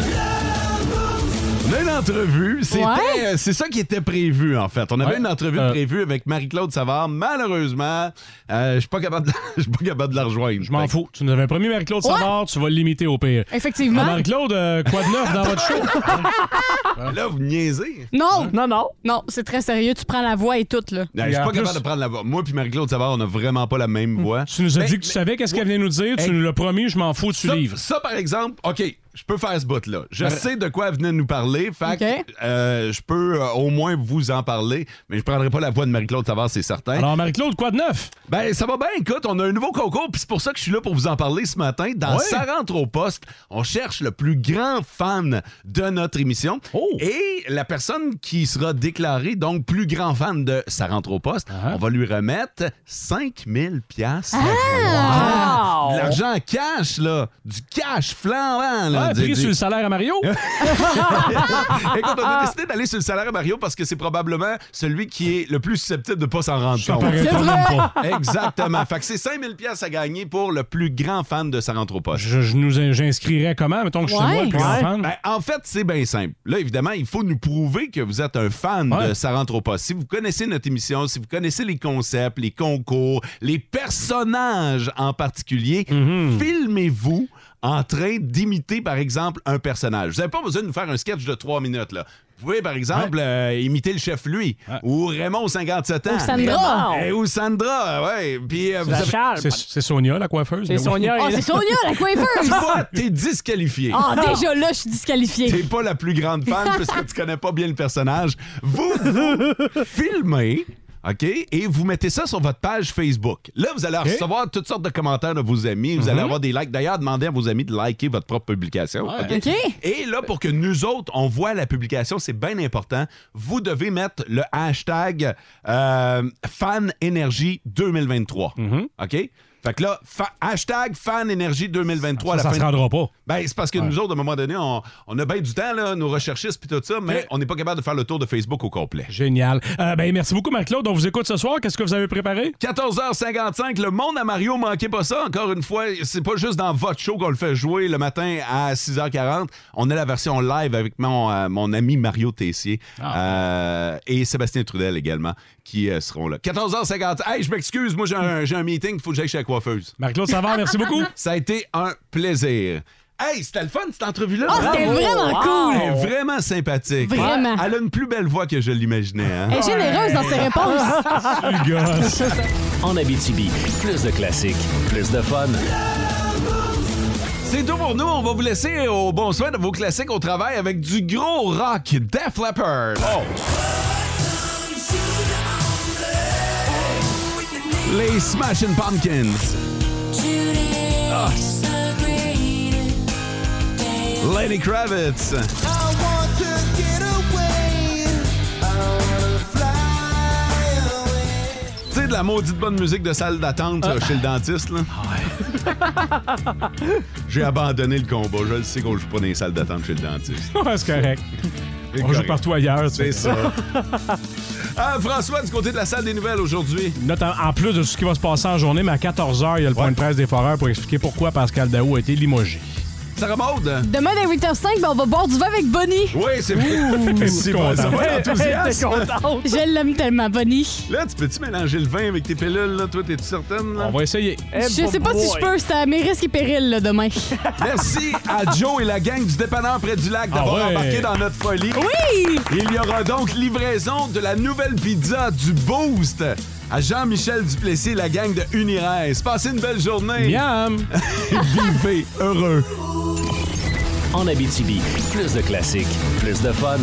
Speaker 3: On a une entrevue. C'était, euh, C'est ça qui était prévu, en fait. On avait
Speaker 5: Ouais.
Speaker 3: une entrevue
Speaker 5: Euh.
Speaker 3: prévue avec Marie-Claude Savard. Malheureusement, euh, je ne suis pas capable de la- je suis pas capable de la rejoindre.
Speaker 5: Je m'en fous. Tu nous avais promis Marie-Claude
Speaker 6: Ouais.
Speaker 5: Savard, tu vas le limiter au pire.
Speaker 6: Effectivement.
Speaker 5: Ah, Marie-Claude, euh, quoi de neuf dans votre show?
Speaker 3: Là, vous niaisez.
Speaker 6: Non!
Speaker 4: Non, non.
Speaker 6: Non, c'est très sérieux. Tu prends la voix et tout, là.
Speaker 3: Non, Ben, je suis
Speaker 5: Et en
Speaker 3: pas
Speaker 5: plus- Hmm.
Speaker 3: capable de prendre la voix. Moi puis Marie-Claude Savard, on n'a vraiment pas la même voix.
Speaker 5: Tu nous as
Speaker 3: Mais-
Speaker 5: dit que tu savais qu'est-ce qu'elle venait nous dire, tu
Speaker 3: Hey.
Speaker 5: nous l'as promis, je m'en fous, tu
Speaker 3: ça,
Speaker 5: livres.
Speaker 3: ça, par exemple, OK, je peux faire ce bout-là. Je
Speaker 5: Ouais.
Speaker 3: sais de quoi elle venait de nous parler. Fait que,
Speaker 6: OK.
Speaker 3: euh, je peux euh, au moins vous en parler, mais je prendrai pas la voix de Marie-Claude Savard, c'est certain.
Speaker 5: Alors, Marie-Claude, quoi de neuf?
Speaker 3: Ben, ça va bien, écoute, on a un nouveau concours, puis c'est pour ça que je suis là pour vous en parler ce matin. Dans
Speaker 5: Ouais.
Speaker 3: Ça rentre au poste, on cherche le plus grand fan de notre émission. Et la personne qui sera déclarée, donc plus grand fan de Ça rentre au poste, on va lui remettre 5000 pièces.
Speaker 11: Ah!
Speaker 6: Ah!
Speaker 3: De l'argent en cash, là. Du cash flambant, là.
Speaker 5: Ah,
Speaker 3: Du-
Speaker 5: pris
Speaker 3: du-
Speaker 5: sur le salaire à Mario?
Speaker 3: Écoute, on a décidé d'aller sur le salaire à Mario parce que c'est probablement celui qui est le plus susceptible de ne pas s'en rendre compte.
Speaker 5: paraît C'est pas, vrai. même
Speaker 3: Exactement. Fait que c'est 5000 pièces à gagner pour le plus grand fan de sa rentre au poste.
Speaker 5: je, je nous j'inscrirais comment? Mettons que je suis moi le plus grand
Speaker 3: Ouais.
Speaker 5: fan.
Speaker 3: Ben, en fait, c'est bien simple. Là, évidemment, il faut nous prouver que vous êtes un fan
Speaker 5: Ouais.
Speaker 3: de Ça rentre au poste. Si vous connaissez notre émission, si vous connaissez les concepts, les concours, les personnages en particulier,
Speaker 5: Mhm.
Speaker 3: filmez-vous en train d'imiter, par exemple, un personnage. Vous n'avez pas besoin de nous faire un sketch de trois minutes, là. Vous pouvez, par exemple, euh, imiter le chef lui, ou Raymond 57 ans.
Speaker 6: Ou Sandra.
Speaker 3: Eh, ou Sandra, ouais. Puis, euh, vous avez-
Speaker 5: C'est- C'est Sonia, la coiffeuse?
Speaker 4: C'est
Speaker 5: mais oui. Ah,
Speaker 4: Sonia.
Speaker 6: Oh, c'est Sonia, la
Speaker 3: Tu
Speaker 6: coiffeuse!
Speaker 3: vois, t'es disqualifié.
Speaker 6: Ah, déjà là, je suis disqualifiée.
Speaker 3: T'es pas la plus grande fan puisque tu connais pas bien le personnage. Vous, vous filmez. OK? Et vous mettez ça sur votre page Facebook. Là, vous allez recevoir toutes sortes de commentaires de vos amis. Vous
Speaker 6: Mhm.
Speaker 3: allez avoir des likes. D'ailleurs, demandez à vos amis de liker votre propre publication.
Speaker 5: Ouais.
Speaker 3: OK?
Speaker 6: OK.
Speaker 3: Et là, pour que nous autres, on voit la publication, c'est bien important. Vous devez mettre le hashtag euh, fanénergie 2023.
Speaker 6: Mhm.
Speaker 3: OK? Fait que là, fa- hashtag fanénergie 2023 à la
Speaker 5: Ça
Speaker 3: fin
Speaker 5: se rendra pas.
Speaker 3: ben, c'est parce que nous autres, à un moment donné, on, on a bien du temps, là, nos recherchistes puis tout ça, mais on n'est pas capable de faire le tour de Facebook au complet.
Speaker 5: Génial. Euh, ben, merci beaucoup, Marie-Claude. On vous écoute ce soir. Qu'est-ce que vous avez préparé?
Speaker 3: 14h55, le monde à Mario, manquez pas ça. Encore une fois, c'est pas juste dans votre show qu'on le fait jouer le matin à 6h40. On a la version live avec mon, euh, mon ami Mario Tessier
Speaker 5: Ah.
Speaker 3: euh, et Sébastien Trudel également qui euh, seront là. 14h50. Hey, je m'excuse, moi j'ai un, j'ai un meeting, il faut que j'aille chez la coiffeuse.
Speaker 5: Marie-Claude Savard, merci beaucoup.
Speaker 3: Ça a été un plaisir. Hey, c'était le fun cette entrevue-là.
Speaker 6: Oh, c'était
Speaker 3: Bravo.
Speaker 6: vraiment
Speaker 3: Elle est
Speaker 5: Ben
Speaker 6: cool!
Speaker 3: vraiment sympathique.
Speaker 6: Vraiment.
Speaker 3: Elle a une plus belle voix que je l'imaginais. hein.
Speaker 6: Elle est généreuse dans ses réponses.
Speaker 5: Tu gosses.
Speaker 2: En Abitibi, plus de classiques, plus de fun.
Speaker 3: C'est tout pour nous. On va vous laisser au bon soin de vos classiques au travail avec du gros rock Def Leppard. Oh. Les Smashing Pumpkins. Lenny Kravitz. Tu sais, de la maudite bonne musique de salle d'attente
Speaker 5: Ah.
Speaker 3: euh, chez le dentiste, là. J'ai abandonné le combat. Je le sais qu'on joue pas dans les salles d'attente chez le dentiste.
Speaker 5: Ouais, c'est correct.
Speaker 3: C'est
Speaker 5: On joue
Speaker 3: correct.
Speaker 5: partout ailleurs. tu
Speaker 3: C'est
Speaker 5: sais.
Speaker 3: ça. Ah, François, du côté de la salle des nouvelles aujourd'hui.
Speaker 5: Notamment- en plus de tout ce qui va se passer en journée, mais à 14h, il y a le point de presse des foreurs pour expliquer pourquoi Pascal Daou a été limogé.
Speaker 3: Sarah Maud?
Speaker 6: Demain, dès 8h05, ben, on va boire du vin avec Bonnie.
Speaker 3: Oui, c'est vrai. C'est bon, ça va l'enthousiasme.
Speaker 6: Je l'aime tellement, Bonnie.
Speaker 3: Là, tu peux-tu mélanger le vin avec tes pilules, là? Toi, t'es-tu certaine, là? Eh,
Speaker 5: On va essayer.
Speaker 6: je sais pas si je peux, c'est à mes risques et périls là, demain.
Speaker 3: Merci à Joe et la gang du dépanneur près du lac d'avoir
Speaker 5: Ah ouais.
Speaker 3: embarqué dans notre folie.
Speaker 6: Oui!
Speaker 3: Il y aura donc livraison de la nouvelle pizza du Boost à Jean-Michel Duplessis et la gang de Unirez. Passez une belle journée.
Speaker 5: Miam!
Speaker 3: Vivez heureux.
Speaker 2: En Abitibi, plus de classiques, plus de fun.